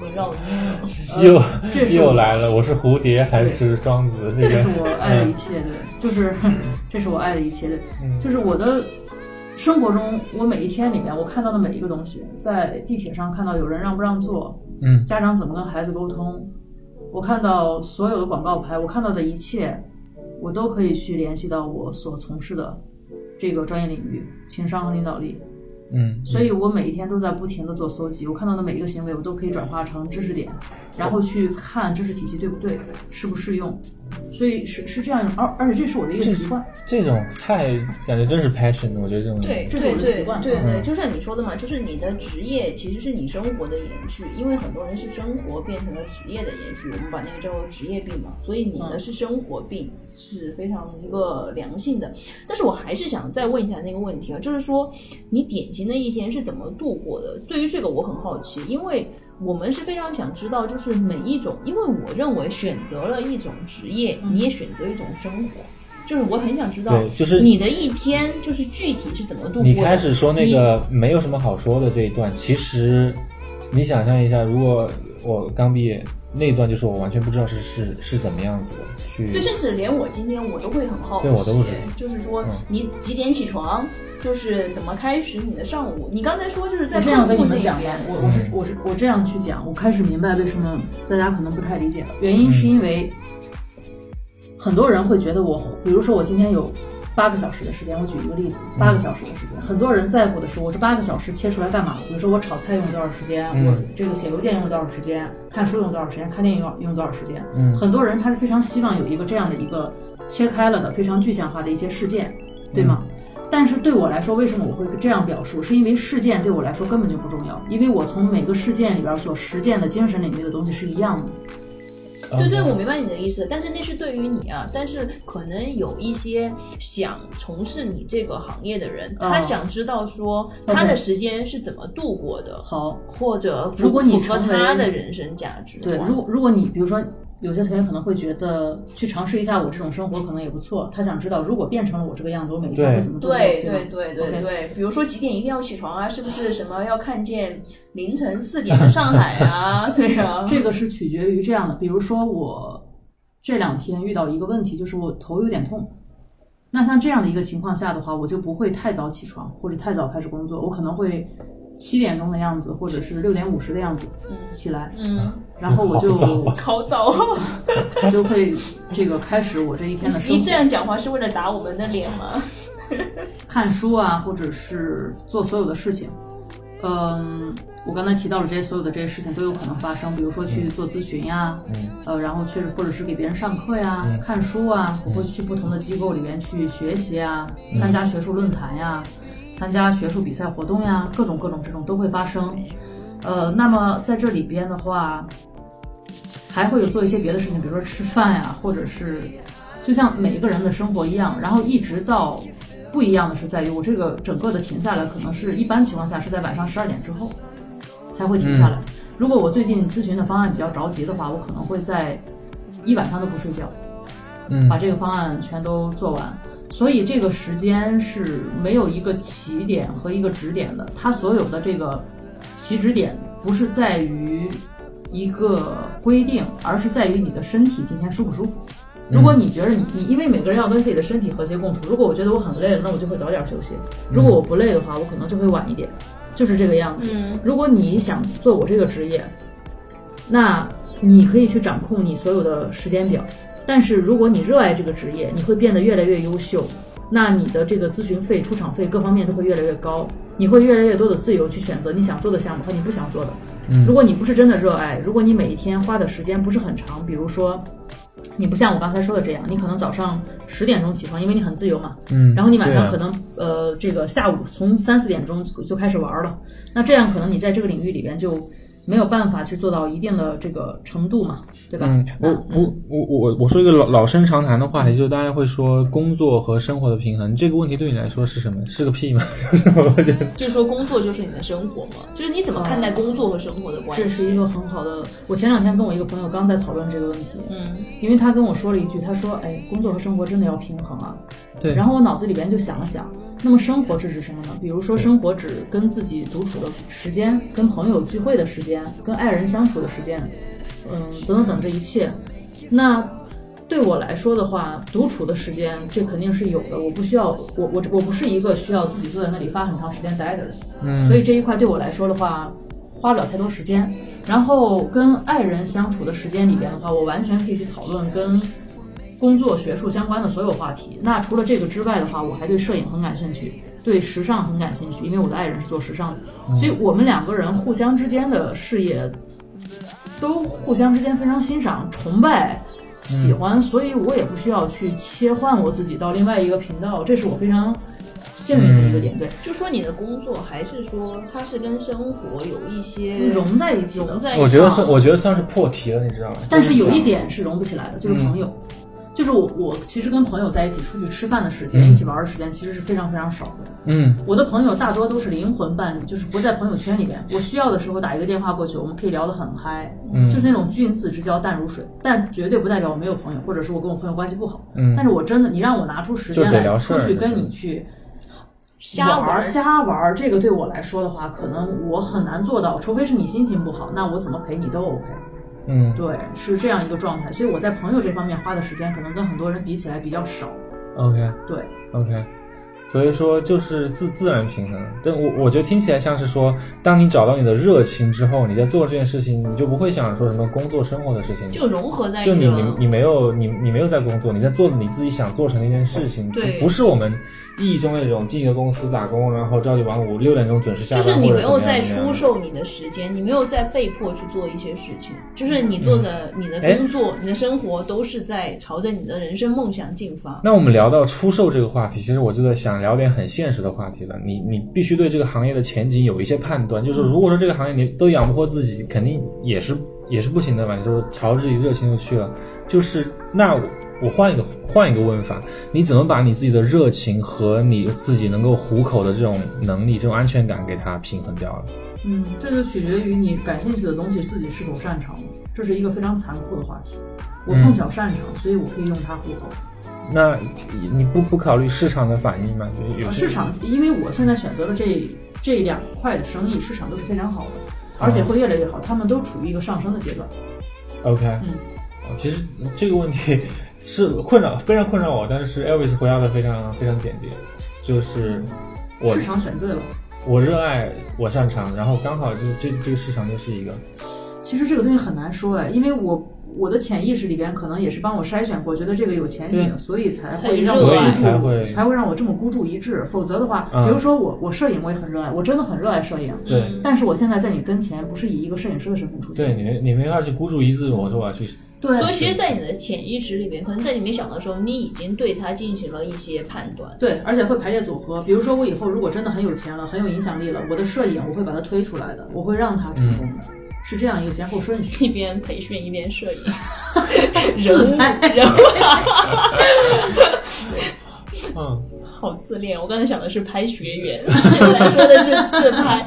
S1: 我绕晕
S3: 呃
S2: 又
S3: 这是
S2: 又
S3: 我
S2: 来了，我是蝴蝶还是庄子？这个
S3: 这是我爱的一切，对，就是 这是我爱的一切，对，
S2: 嗯
S3: 就是我的生活中，我每一天里面我看到的每一个东西，在地铁上看到有人让不让座，
S2: 嗯
S3: 家长怎么跟孩子沟通，我看到所有的广告牌，我看到的一切，我都可以去联系到我所从事的这个专业领域，情商和领导力，
S2: 嗯，
S3: 所以我每一天都在不停的做搜集，我看到的每一个行为，我都可以转化成知识点，然后去看知识体系对不对，适不适用，所以是是这样一种，而而且这是我的一个习惯，
S2: 这种太感觉真是 passion，我觉得这种
S1: 对
S3: 这
S1: 对
S3: 是我的习
S1: 对
S3: 惯
S1: 对对，
S2: 嗯
S1: 就像你说的嘛，就是你的职业其实是你生活的延续，因为很多人是生活变成了职业的延续，我们把那个叫做职业病嘛，所以你的
S3: 嗯
S1: 是生活病，是非常一个良性的。但是我还是想再问一下那个问题啊，就是说你典型的一天是怎么度过的？对于这个我很好奇，因为。我们是非常想知道，就是每一种，因为我认为选择了一种职业，
S3: 嗯
S1: 你也选择一种生活，就是我很想知道
S2: 对，就是
S1: 你的一天就是具体是怎么度过的。
S2: 你开始说那个没有什么好说的这一段，其实你想象一下，如果我刚毕业那一段，就是我完全不知道是是是怎么样子的去
S1: 对，甚至连我今天我都会很好奇，
S2: 对我都不知道
S1: 就是说
S2: 嗯
S1: 你几点起床，就是怎么开始你的上午。你刚才说就是在
S3: 我这
S1: 客
S3: 样
S1: 户
S3: 跟你
S1: 那
S3: 们讲吧
S1: 边，，
S3: 我我是
S2: 嗯
S3: 我是我这样去讲，我开始明白为什么大家可能不太理解了，原因是因为很多人会觉得我，比如说我今天有。八个小时的时间，我举一个例子，
S2: 嗯
S3: 八个小时的时间，很多人在乎的是我这八个小时切出来干嘛？比如说我炒菜用了多少时间，
S2: 嗯
S3: 我这个写邮件用了多少时间，看书用了多少时间，看电影用了用了多少时间。
S2: 嗯
S3: 很多人他是非常希望有一个这样的一个切开了的非常具象化的一些事件，对吗？但是对我来说，为什么我会这样表述？是因为事件对我来说根本就不重要，因为我从每个事件里边所实践的精神领域的东西是一样的。哦
S2: 嗯
S1: 对对，我明白你的意思，但是那是对于你啊，但是可能有一些想从事你这个行业的人，
S3: 哦
S1: 他想知道说他
S3: OK
S1: 的时间是怎么度过的，
S3: 好，
S1: 或者
S3: 如果你
S1: 符合
S3: 成为
S1: 他的人生价值的
S3: 对，
S1: 话
S3: 如果如果你比如说有些同学可能会觉得去尝试一下我这种生活可能也不错，他想知道如果变成了我这个样子，我每一天
S2: 对
S3: 会怎么做
S1: 对
S3: 对
S1: 对
S3: 吧
S1: 对对
S3: OK
S1: 对，比如说几点一定要起床啊？是不是什么要看见凌晨四点的上海 啊？对啊，
S3: 这个是取决于这样的，比如说我这两天遇到一个问题，就是我头有点痛。那像这样的一个情况下的话，我就不会太早起床或者太早开始工作，我可能会七点钟的样子，或者是六点五十的样子起来，
S1: 嗯，
S3: 然后我就
S2: 好早
S1: 好早。
S3: 我就会这个开始我这一天 的生
S1: 你
S3: 活
S1: 这，样讲话是为了打我们的脸吗？
S3: 看书啊，或者是做所有的事情。嗯，我刚才提到了这些所有的这些事情都有可能发生，比如说去做咨询呀、
S2: 嗯，
S3: 呃，然后去或者是给别人上课呀、看书啊，我会去不同的机构里面去学习啊，参加学术论坛呀，参加学术比赛活动呀，各种各种这种都会发生。呃，那么在这里边的话，还会有做一些别的事情，比如说吃饭呀，或者是就像每一个人的生活一样，然后一直到不一样的是在于我这个整个的停下来，可能是一般情况下是在晚上十二点之后才会停下来。如果我最近咨询的方案比较着急的话，我可能会在一晚上都不睡觉，
S2: 嗯
S3: 把这个方案全都做完。所以这个时间是没有一个起点和一个止点的，它所有的这个起止点不是在于一个规定，而是在于你的身体今天舒不舒服。如果你觉得你你，因为每个人要跟自己的身体和谐共处。如果我觉得我很累了，那我就会早点休息；如果我不累的话，我可能就会晚一点，就是这个样子。
S1: 嗯
S3: 如果你想做我这个职业，那你可以去掌控你所有的时间表。但是如果你热爱这个职业，你会变得越来越优秀，那你的这个咨询费、出场费各方面都会越来越高，你会越来越多的自由去选择你想做的项目和你不想做的。如果你不是真的热爱，如果你每一天花的时间不是很长，比如说。你不像我刚才说的这样，你可能早上十点钟起床，因为你很自由嘛。
S2: 嗯
S3: 然后你晚
S2: 对
S3: 上
S2: 啊
S3: 可能、呃，这个下午从三四点钟就就开始玩了。那这样可能你在这个领域里边就没有办法去做到一定的这个程度嘛，对吧？
S2: 嗯，我我我我我说一个老老生常谈的
S3: 嗯
S2: 话题，就是大家会说工作和生活的平衡，这个问题对你来说是什么？是个屁吗？ 我觉得
S1: 嗯就说工作就是你的生活嘛，就是你怎么看待
S3: 哦
S1: 工作和生活的关系？
S3: 这是一个很好的。我前两天跟我一个朋友刚在讨论这个问题，
S1: 嗯
S3: 因为他跟我说了一句，他说：“哎，工作和生活真的要平衡啊。”
S2: 对
S3: 然后我脑子里边就想了想，那么生活是指什么呢？比如说，生活指跟自己独处的时间，跟朋友聚会的时间，跟爱人相处的时间，嗯，等等等这一切。那对我来说的话，独处的时间这肯定是有的。我不需要，我我我不是一个需要自己坐在那里花很长时间待着的。
S2: 嗯
S3: 所以这一块对我来说的话，花不了太多时间。然后跟爱人相处的时间里边的话，我完全可以去讨论跟工作、学术相关的所有话题。那除了这个之外的话，我还对摄影很感兴趣，对时尚很感兴趣，因为我的爱人是做时尚的，所以我们两个人互相之间的事业都互相之间非常欣赏、崇拜。喜欢，所以我也不需要去切换我自己到另外一个频道，这是我非常幸运的一个点，对，
S1: 就说你的工作还是说它是跟生活有一些
S3: 融在一起的
S1: 融在一起？
S2: 我觉得算我觉得算是破题了，你知道吗？
S3: 但是有一点是融不起来
S2: 嗯
S3: 的，就是朋友。就是我，我其实跟朋友在一起出去吃饭的时间，一起玩的时间，其实是非常非常少的。
S2: 嗯，
S3: 我的朋友大多都是灵魂伴侣，就是不在朋友圈里边。我需要的时候打一个电话过去，我们可以聊得很嗨，
S2: 嗯
S3: 就是那种君子之交淡如水。但绝对不代表我没有朋友，或者是我跟我朋友关系不好。
S2: 嗯
S3: 但是我真的，你让我拿出时
S2: 就
S3: 间
S2: 得
S3: 来
S2: 聊事
S3: 出
S2: 儿
S3: 去跟你去
S1: 瞎
S3: 玩
S1: 玩儿
S3: 瞎玩儿，这个对我来说的话，可能我很难做到，除非是你心情不好，那我怎么陪你都 OK。
S2: 嗯
S3: 对，是这样一个状态。所以我在朋友这方面花的时间，可能跟很多人比起来比较少。
S2: ，OK。
S3: 对，
S2: OK，所以说就是自自然平衡。但我我觉得听起来像是说，当你找到你的热情之后，你在做这件事情，你就不会想说什么工作生活的事情。
S1: 就融合在一
S2: 就
S1: 起
S2: 你你
S1: 了。
S2: 你没有你你没有在工作，你在做你自己想做成的一件事情，
S1: 哦对
S2: 不是我们意义中那种进一个公司打工，然后朝九晚五，六点钟准时下
S1: 就
S2: 班，
S1: 是你
S2: 或者
S1: 没有
S2: 怎么
S1: 在
S2: 样怎么
S1: 出
S2: 样
S1: 售你的时间，你没有在被迫去做一些事情，就是你做的、你的
S2: 哎
S1: 工作、你的生活都是在朝着你的人生梦想进发。
S2: 那我们聊到出售这个话题，其实我就在想聊点很现实的话题了。你你必须对这个行业的前景有一些判断，
S3: 嗯
S2: 就是如果说这个行业你都养不活自己，肯定也是也是不行的嘛。你就朝着自己热情就去了，就是那我我换一个换一个问法，你怎么把你自己的热情和你自己能够糊口的这种能力、这种安全感给它平衡掉了？
S3: 嗯，这就取决于你感兴趣的东西自己是否擅长了。这是一个非常残酷的话题。我
S2: 嗯
S3: 碰巧擅长，所以我可以用它糊口。
S2: 那你你不不考虑市场的反应吗？就是有
S3: 呃
S2: 些
S3: 市场，因为我现在选择了这这两块的生意，市场都是非常好的，
S2: 啊
S3: 而且会越来越好，他们都处于一个上升的阶段。
S2: OK，
S3: 嗯
S2: 哦其实这个问题是困扰，非常困扰我，但是 Elvis 回答的非常非常简洁，就是我
S3: 市场选对了，
S2: 我热爱我擅长，然后刚好就是这这个市场就是一个，
S3: 其实这个东西很难说哎，因为我我的潜意识里边可能也是帮我筛选过，觉得这个有前景，
S2: 对
S3: 所以才
S1: 才
S3: 会让
S1: 热
S3: 我
S1: 爱
S3: 关注
S2: 所以才会
S3: 才会让我这么孤注一掷。否则的话，
S2: 嗯
S3: 比如说我我摄影我也很热爱，我真的很热爱摄影，
S2: 对
S1: 嗯
S3: 但是我现在在你跟前不是以一个摄影师的身份出现，
S2: 对，你没你没法去孤注一掷，我说我要去，
S3: 对
S1: 所以，其实，在你的潜意识里面，可能在你没想的时候，你已经对它进行了一些判断。
S3: 对，而且会排列组合。比如说，我以后如果真的很有钱了，很有影响力了，我的摄影我会把它推出来的，我会让它成功的，
S2: 嗯
S3: 是这样一个前后顺序。
S1: 一边培训一边摄 影，人物人物
S2: 嗯，
S1: 好自恋。我刚才想的是拍学员， 原来说的是自拍。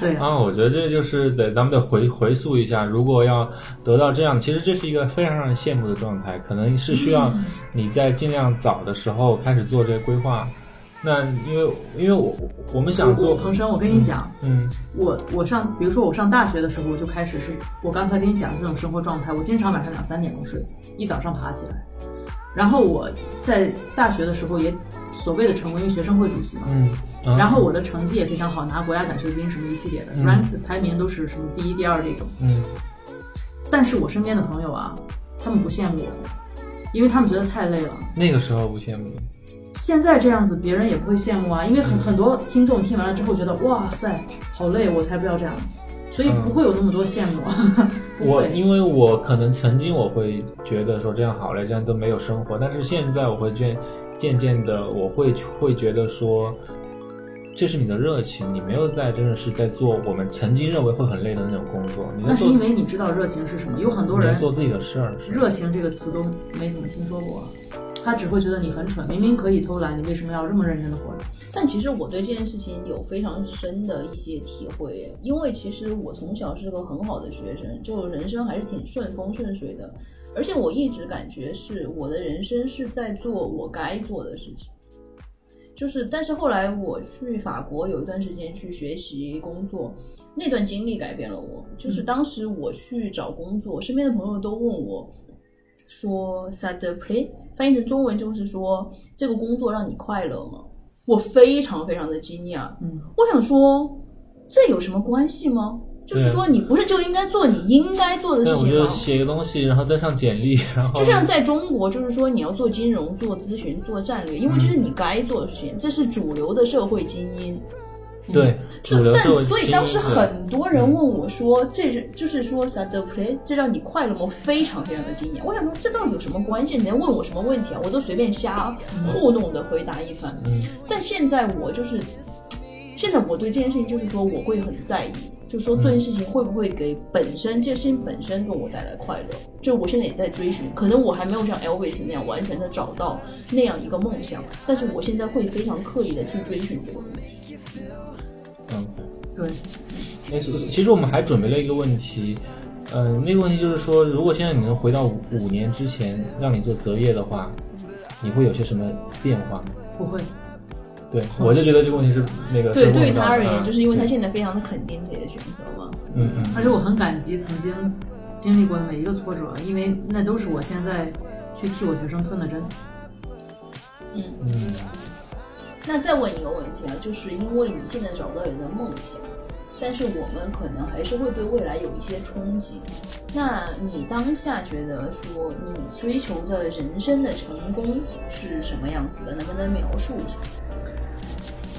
S3: 对
S2: 啊，我觉得这就是得咱们得回回溯一下，如果要得到这样，其实这是一个非常让人羡慕的状态，可能是需要你在尽量早的时候开始做这个规划。那因为因为我我们想做，
S3: 彭生，我跟你讲，
S2: 嗯
S3: 我我上，比如说我上大学的时候，我就开始是我刚才跟你讲的这种生活状态，我经常晚上两三点钟睡，一早上爬起来。然后我在大学的时候也所谓的成为学生会主席嘛，
S2: 嗯，嗯
S3: 然后我的成绩也非常好，拿国家奖学金什么一系列的
S2: 嗯
S3: ，rank 排名都是什么第一、第二这种。
S2: 嗯
S3: 但是我身边的朋友啊，他们不羡慕我，因为他们觉得太累了。
S2: 那个时候不羡慕你，
S3: 现在这样子，别人也不会羡慕啊，因为
S2: 嗯
S3: 很很多听众听完了之后觉得，哇塞，好累，我才不要这样，所以
S2: 嗯
S3: 不会有那么多羡慕， 不
S2: 我
S3: 会。
S2: 因为我可能曾经我会觉得说这样好累，这样都没有生活，但是现在我会渐渐渐的我会会觉得说，这是你的热情，你没有在真的是在做我们曾经认为会很累的那种工作，你在
S3: 那是
S2: 做
S3: 因为你知道热情是什么，有很多
S2: 你在
S3: 人
S2: 做自己的事儿，是吧
S3: 热情这个词都没怎么听说过，啊他只会觉得你很蠢，明明可以偷懒，你为什么要这么认真的活着？
S1: 但其实我对这件事情有非常深的一些体会，因为其实我从小是个很好的学生，就人生还是挺顺风顺水的，而且我一直感觉是我的人生是在做我该做的事情。就是，但是后来我去法国有一段时间去学习工作，那段经历改变了我。就是当时我去找工作，身边的朋友都问我说 “ça te plaît”，翻译成中文就是说这个工作让你快乐吗？我非常非常的惊讶，
S3: 嗯，
S1: 我想说这有什么关系吗？就是
S2: 对
S1: 说你不是就应该做你应该做的事
S2: 但我
S1: 情
S2: 觉
S1: 吗
S2: 得？写个东西，然后再上简历，然后
S1: 就像在中国，就是说你要做金融、做咨询、做战略，因为这
S2: 嗯
S1: 是你该做的事情，这是主流的社会精英。
S2: 对主流
S1: 但
S2: 社会精英，
S1: 所以当时
S2: 对嗯
S1: 很多人问我说：“这就是说 s a t play，这让你快乐吗？”我非常非常的惊讶。我想说，这到底有什么关系？你在问我什么问题啊？我都随便瞎互动的回答一番。
S2: 嗯
S1: 但现在我就是，现在我对这件事情就是说我会很在意，就是说这件事情会不会给本身这件事情本身给我带来快乐，就我现在也在追寻，可能我还没有像 Elvis 那样完全的找到那样一个梦想，但是我现在会非常刻意的去追寻这个东西。
S2: 嗯。
S3: 对，
S2: 那是其实我们还准备了一个问题，嗯、那个问题就是说，如果现在你能回到五五年之前，让你做择业的话，你会有些什么变化？
S3: 不会。
S2: 对，我就觉得这个问题是那个
S1: 对，
S2: 是问
S1: 对于
S2: 到
S1: 他
S2: 的
S1: 而言，
S2: 啊
S1: 就是因为他现在非常的肯定自己的选择嘛。
S2: 嗯嗯，
S3: 而且我很感激曾经经历过的每一个挫折，因为那都是我现在去替我学生吞的针。
S2: 嗯
S1: 那再问一个问题啊，就是因为你现在找不到你的梦想，但是我们可能还是会对未来有一些憧憬。那你当下觉得说你追求的人生的成功是什么样子的？能不能描述一下？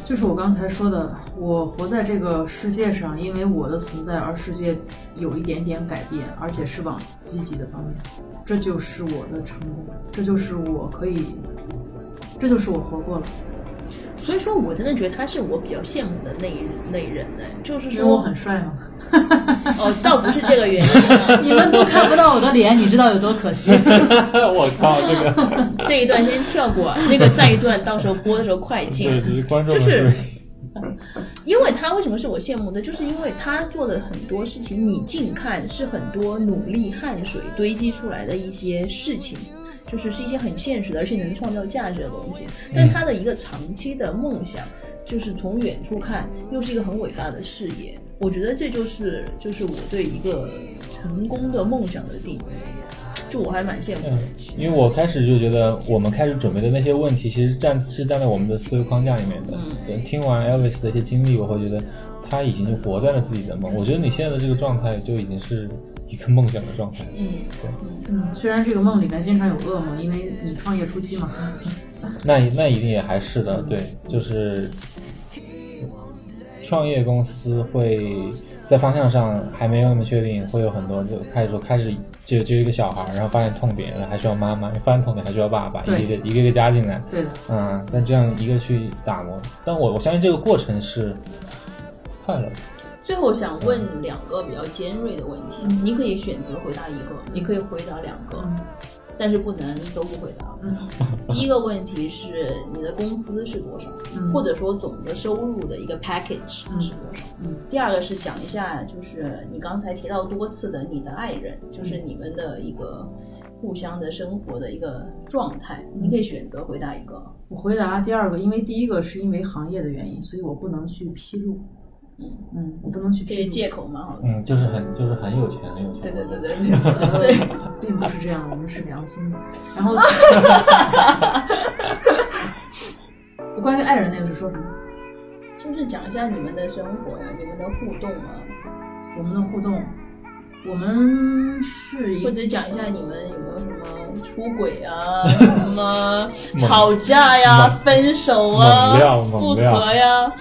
S3: 就是我刚才说的，我活在这个世界上，因为我的存在而世界有一点点改变，而且是往积极的方面，这就是我的成功，这就是我可以，这就是我活过了，
S1: 所以说我真的觉得他是我比较羡慕的那一那一人呢，就是
S3: 因为我很帅嘛。
S1: 哦，倒不是这个原因、
S3: 你们都看不到我的脸，你知道有多可惜。
S2: 我靠，这个
S1: 这一段先跳过，那个再一段到时候播的时候快进。
S2: 对，就是观众
S1: 就
S2: 们
S1: 是 因为他为什么是我羡慕的，就是因为他做的很多事情，你近看是很多努力、汗水堆积出来的一些事情，就是是一些很现实的，而且能创造价值的东西。
S2: 嗯
S1: 但他的一个长期的梦想，就是从远处看，又是一个很伟大的视野。我觉得这就是就是我对一个成功的梦想的定义，就我还蛮羡慕的。
S2: 嗯因为我开始就觉得，我们开始准备的那些问题，其实站是站在我们的思维框架里面的。
S1: 嗯
S2: 对听完 Elvis 的一些经历，我会觉得他已经就活在了自己的梦。我觉得你现在的这个状态就已经是一个梦想的状态。
S1: 嗯，
S3: 嗯，虽然这个梦里面经常有噩梦，因为你创业初期嘛，
S2: 那那一定也还是的，对，就是创业公司会在方向上还没有那么确定，会有很多就开始说开始就就一个小孩儿，然后发现痛点，然后还需要妈妈，发现痛点还需要爸爸，一个一
S3: 对
S2: 个一个一个加进来，
S3: 对的，
S2: 嗯，但这样一个去打磨，但我我相信这个过程是快乐的。
S1: 最后想问两个比较尖锐的问题，
S3: 嗯
S1: 你可以选择回答一个，你可以回答两个，但是不能都不回答。
S3: 嗯
S1: 第一个问题是你的工资是多少，
S3: 嗯
S1: 或者说总的收入的一个 package
S3: 嗯
S1: 是多少？
S3: 嗯
S1: 第二个是讲一下，就是你刚才提到多次的你的爱人，
S3: 嗯
S1: 就是你们的一个互相的生活的一个状态，
S3: 嗯
S1: 你可以选择回答一个。
S3: 我回答第二个，因为第一个是因为行业的原因，所以我不能去披露。
S1: 嗯
S3: 嗯，我不能去
S1: 这
S3: 披
S1: 些
S3: 露。
S1: 借口蛮好的。
S2: 嗯，就是很就是很有钱，很有钱。
S1: 对对对对对对。
S3: 呃，并不是这样，我们是良心的。然后，我 关于爱人那个是说什么？
S1: 就是讲一下你们的生活呀、你们的互动 啊，
S3: 我们的互动，我们是一
S1: 或
S3: 个
S1: 者讲一下你们有没有什么出轨 啊、什么吵架呀、
S5: 猛
S1: 分手
S5: 猛
S1: 啊、
S5: 料
S1: 复
S5: 猛料
S1: 合呀，嗯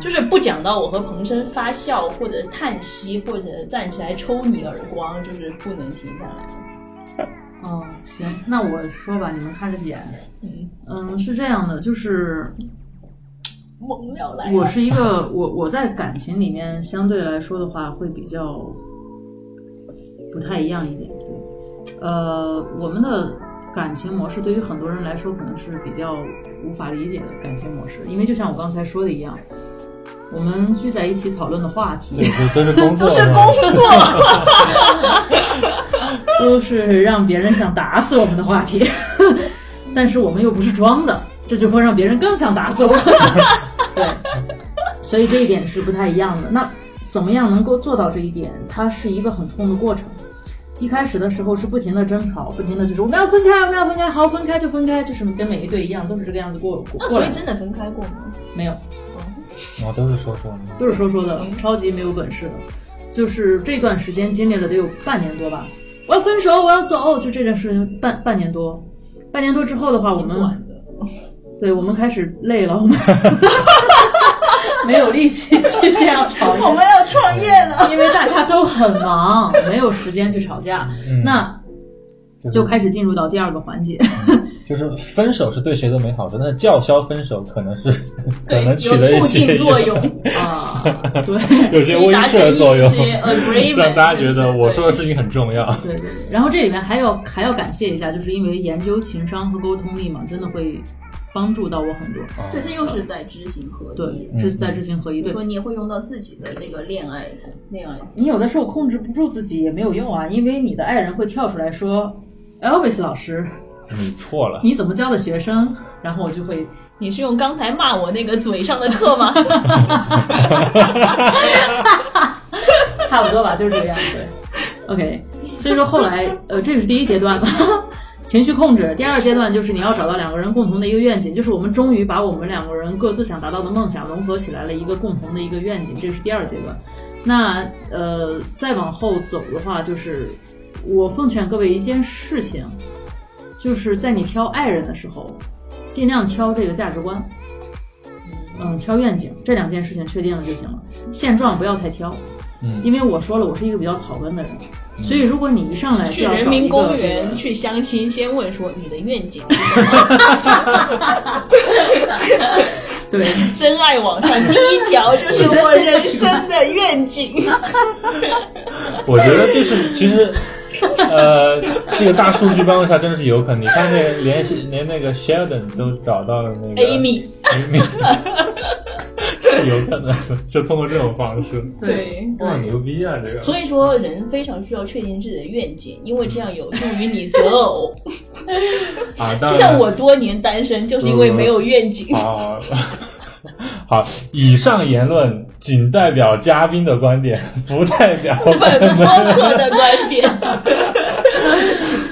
S1: 就是不讲到我和彭生发笑，或者叹息，或者站起来抽你耳光，就是不能停下来。
S3: 哦，行，那我说吧，你们看着剪。
S1: 嗯，
S3: 嗯，是这样的，就是
S1: 猛料来了。
S3: 我是一个我我在感情里面相对来说的话会比较不太一样一点，对，呃，我们的感情模式对于很多人来说可能是比较无法理解的感情模式，因为就像我刚才说的一样，我们聚在一起讨论的话题，
S2: 对，对都是工作，
S1: 都是
S2: 吧
S1: 工作，
S3: 都是让别人想打死我们的话题， 但是我们又不是装的，这就会让别人更想 打死我。对，所以这一点是不太一样的。那怎么样能够做到这一点？它是一个很痛的过程。一开始的时候是不停的争吵，不停的就是我们要分开，我们要分开，好分开就分开，就是跟每一对一样，都是这个样子过过
S1: 那
S3: 过
S1: 所
S3: 来
S1: 以
S3: 的。
S1: 真的分开过吗？
S3: 没有，
S2: 啊，都是说说的。
S3: 都是说说的，超级没有本事的。就是这段时间经历了得有半年多吧，我要分手，我要走，就这件事情半半年多，半年多之后的话，我
S1: 挺
S3: 们
S1: 短的。
S3: 对我们开始累了，我们没有力气去这样吵架，
S1: 要创业了。
S3: 因为大家都很忙，没有时间去吵架，
S2: 嗯
S3: 那就开始进入到第二个环节，
S2: 就是分手是对谁都没好的，但是叫嚣分手可能是可
S1: 对
S2: 能，起
S1: 有
S2: 了一
S1: 促
S2: 些
S1: 进作用。
S3: 啊，对。
S2: 有些威慑的作用
S1: 达，成一些 agreement，
S2: 让大家觉得我说的事情很重要。
S3: 对对对，然后这里面还要还要感谢一下，就是因为研究情商和沟通力嘛，真的会帮助到我很多。
S1: 对，这又是在知行合一。
S3: 对，
S2: 嗯
S3: 这在知行合一。
S1: 比如
S3: 对
S1: 说，，你也会用到自己的那个恋爱恋爱。
S3: 你有的时候控制不住自己也没有用啊，因为你的爱人会跳出来说：“Elvis 老师，
S2: 你错了，
S3: 你怎么教的学生？”然后我就会
S1: 你是用刚才骂我那个嘴上的课 吗？
S3: 差不多吧，就是这个样子。OK，所以说后来，呃，这是第一阶段吧， 情绪控制。第二阶段就是你要找到两个人共同的一个愿景，就是我们终于把我们两个人各自想达到的梦想融合起来了一个共同的一个愿景，这是第二阶段。那呃，再往后走的话，就是我奉劝各位一件事情，就是在你挑爱人的时候，尽量挑这个价值观，嗯，挑愿景，这两件事情确定了就行了，现状不要太挑。
S2: 嗯，
S3: 因为我说了，我是一个比较草根的人，所以如果你一上来就
S1: 去
S3: 要
S1: 人
S3: 找一
S1: 民
S3: 个
S1: 公
S3: 这
S1: 园
S3: 个
S1: 去相亲，先问说你的愿景，
S3: 对，
S1: 真爱网上第一条就是我人生的愿 景。
S2: 我觉得这是其实。 呃，这个大数据帮助下真的是有可能。你看那个 连连那个 Sheldon 都找到了那个
S1: Amy，
S2: Amy 有可能 就通过这种方式。
S1: 对
S2: 哇，牛逼啊！这个
S1: 所以说，人非常需要确定自己的愿景，因为这样有助于你择偶。
S2: 啊，当
S1: 就
S2: 然
S1: 像我多年单身，就是因为没有愿景。
S2: 好，好，以上言论仅代表嘉宾的观点，不代表
S1: 本播客的观点，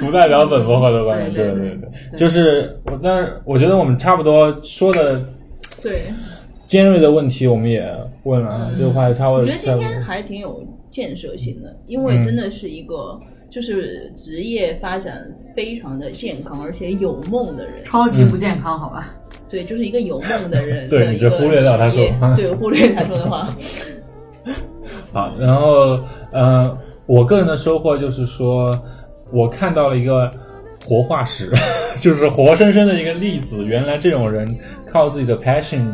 S2: 不代表本播客的观点。
S3: 对
S2: 对
S3: 对
S2: 对对，就是我，但是我觉得我们差不多说的
S1: 对，
S2: 尖锐的问题我们也问了，这个话题差不多。
S1: 我觉得
S2: 差
S1: 今天
S2: 哦不多嗯
S1: 还挺有建设性的，因为真的是一个就是职业发展非常的健康，而且有梦的人。
S3: 超级不健康，好吧？
S1: 对，就是一个有梦的 人
S2: 对
S1: 的
S2: 你
S1: 一个
S2: 就忽略掉他
S1: 职业
S2: 说的嗯话
S1: 对，我忽略他说的话。
S2: 好，啊然后呃，我个人的收获就是说，我看到了一个活化石， 就是活生生的一个例子。原来这种人靠自己的 passion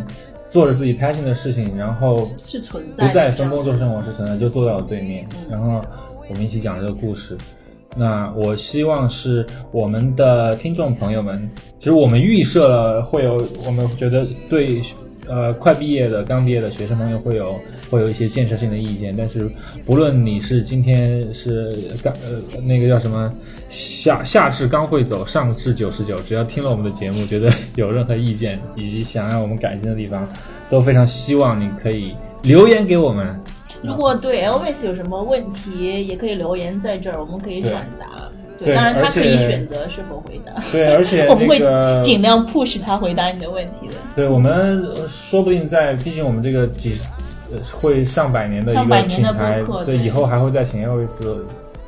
S2: 做着自己 passion 的事情，然后
S1: 是存在
S2: 不
S1: 的
S2: 再
S1: 这
S2: 分
S1: 样
S2: 工作生活是存在，就坐在我对面，然后我们一起讲这个故事。那我希望是我们的听众朋友们，其实我们预设了会有，我们觉得对，呃，快毕业的、刚毕业的学生朋友会有会有一些建设性的意见，但是不论你是今天是刚呃那个叫什么下下至刚会走，上至九十九，只要听了我们的节目，觉得有任何意见以及想让我们改进的地方，都非常希望你可以留言给我们。
S1: 如果对 Elvis 有什么问题，也可以留言在这儿，我们可以
S2: 对
S1: 转达。
S2: 对
S1: 当然他
S2: 而且
S1: 可以选择是否回答，
S2: 对，而且
S1: 我们
S2: 那个
S1: 会尽量 push 他回答你的问题的。
S2: 对，我们呃说不定在，毕竟我们这个几呃会上百年的一
S1: 上百
S2: 个
S1: 年
S2: 品
S1: 的
S2: 牌
S1: 播客，对
S2: 以后还会再请 Elvis，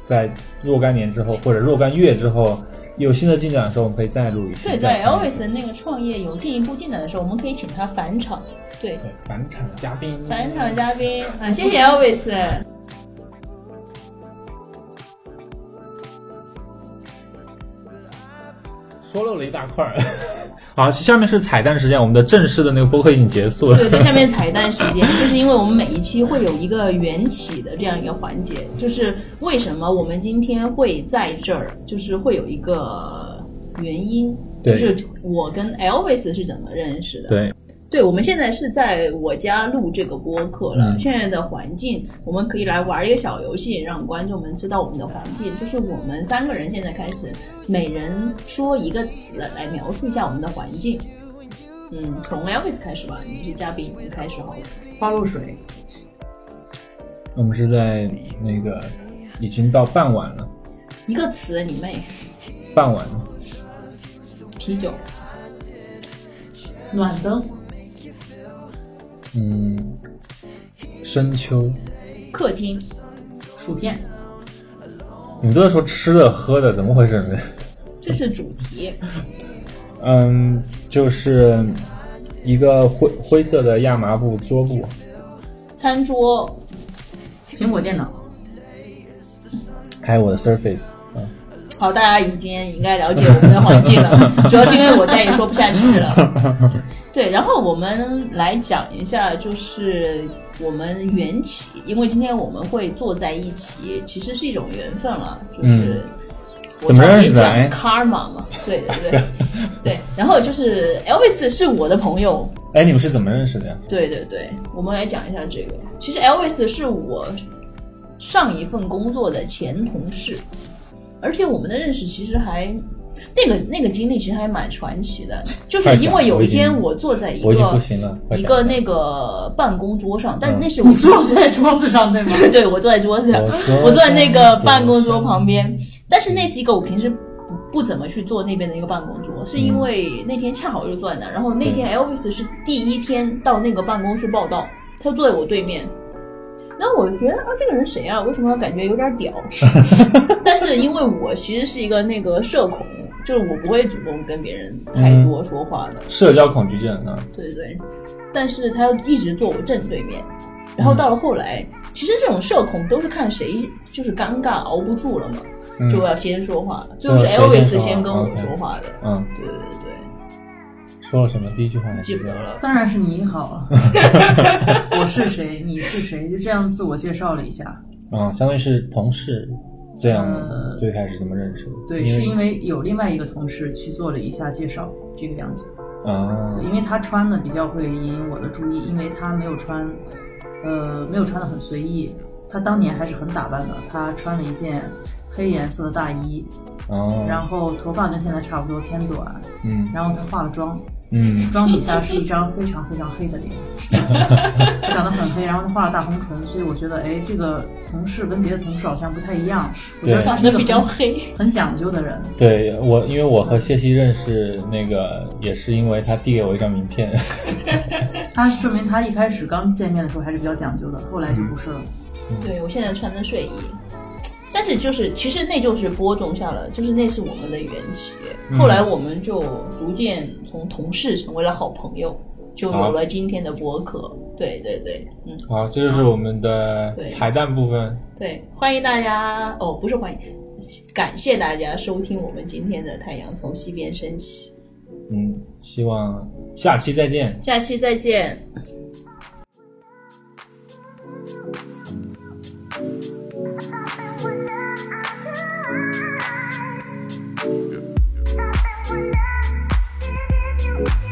S2: 在若干年之后或者若干月之后有新的进展的时候，我们可以再录一期。
S1: 对，
S2: 再
S1: 在
S2: 看一
S1: Elvis 的那个创业有进一步进展的时候，我们可以请他返场。对，
S2: 对返场嘉宾，
S1: 返场嘉宾啊，谢谢 Elvis。
S2: 说漏了一大块儿。好，下面是彩蛋时间，我们的正式的那个播客已经结束了。
S1: 对对，下面彩蛋时间，就是因为我们每一期会有一个缘起的这样一个环节，就是为什么我们今天会在这儿，就是会有一个原因，就
S2: 对
S1: 是我跟 Elvis 是怎么认识 的。
S2: 对
S1: 对，我们现在是在我家录这个播客了。
S2: 嗯
S1: 现在的环境，我们可以来玩一个小游戏，让观众们知道我们的环境。就是我们三个人现在开始，每人说一个词来描述一下我们的环境。嗯，从 Elvis 开始吧，你是嘉宾，你开始好了。
S3: 花露水，
S2: 我们是在那个已经到傍晚了，
S1: 一个词，你妹，
S2: 傍晚了
S1: 啤酒，
S3: 暖灯，
S2: 嗯，深秋。
S1: 客厅，
S3: 薯片，
S2: 你们都在说吃的喝的，怎么回事呢？
S1: 这是主题。
S2: 嗯，就是一个灰灰色的亚麻布桌布，
S1: 餐桌，
S3: 苹果电 脑，
S2: 还有我的 Surface，嗯，
S1: 好，大家已经应该了解我们的环境 了，主要是因为我再也说不下去了。对，然后我们来讲一下，就是我们缘起，因为今天我们会坐在一起，其实是一种缘分了，就是
S2: 嗯
S1: 我
S2: 怎么认识的
S1: 常也
S2: 哎
S1: 讲 karma 嘛，对对 对对。然后就是 Elvis 是我的朋友，
S2: 哎，你们是怎么认识的呀？
S1: 对对对，我们来讲一下这个。其实 Elvis 是我上一份工作的前同事，而且我们的认识其实还那个那个经历其实还蛮传奇 的，就是因为有一
S2: 快
S1: 天
S2: 讲
S1: 我坐在一
S2: 我已经不
S1: 个
S2: 行了，快
S1: 一
S2: 讲
S1: 个
S2: 吧
S1: 那个办公桌上，但
S2: 嗯
S1: 那是我
S3: 坐在 桌子上对吗？
S1: 对我坐在桌子上，
S2: 我
S1: 我坐在那个办公桌旁边，但是那是一个我平时不不怎么去坐那边的一个办公桌，是因为那天恰好就坐在那儿，然后那天 Elvis 是第一天到那个办公室报道，他就坐在我对面。然后我觉得啊，这个人谁啊？为什么感觉有点屌？ 但是因为我其实是一个那个社恐，就是我不会主动跟别人太多说话的。
S2: 社交恐惧症啊，
S1: 对对，但是他一直坐我正对面，然后
S2: 嗯
S1: 到了后来，其实这种社恐都是看谁就是尴尬熬不住了嘛，
S2: 嗯
S1: 就我要先说话，最后是
S2: 谁先
S1: Elvis
S2: 说
S1: 先跟我
S2: ，OK
S1: 说话的，
S2: 嗯，
S1: 对对对，
S2: 说了什么？第一句话还
S1: 记不得
S2: 得。
S1: 了。
S3: 当然是你好 啊，我是谁，你是谁，就这样自我介绍了一下。
S2: 啊，相当于是同事，这样
S1: 嗯
S3: 呃
S2: 最开始怎么认识的？
S3: 对，
S2: 因
S3: 是因为有另外一个同事去做了一下介绍，这个样子。
S2: 啊
S3: 对，因为他穿的比较会引我的注意，因为他没有穿，呃，没有穿的很随意。他当年还是很打扮的，他穿了一件黑颜色的大衣，
S2: 啊，
S3: 然后头发跟现在差不多偏短，
S2: 嗯
S3: 然后他化了妆，
S2: 嗯
S3: 妆底下是一张非常非常黑的脸，他长得很黑，然后他画了大红唇，所以我觉得，哎，这个同事跟别的同事好像不太一样，我觉得
S2: 对
S3: 他
S1: 长
S3: 是一
S1: 得
S3: 个
S1: 比较
S3: 很
S1: 黑。
S3: 很讲究的人，
S2: 对我，因为我和谢希认识，那个也是因为他递给我一张名片，
S3: 他说明他一开始刚见面的时候还是比较讲究的，后来就不是了。
S1: 对我现在穿着睡衣，但是就是其实那就是播种下了，就是那是我们的缘起。
S2: 嗯
S1: 后来我们就逐渐从同事成为了好朋友，就有了今天的播客。对对对，嗯
S2: 好，这就是我们的
S1: 对
S2: 彩蛋部分。
S1: 对，欢迎大家哦，不是欢迎，感谢大家收听我们今天的《太阳从西边升起
S2: 嗯，希望下期再见。》，
S1: 下期再见。
S6: Thank you.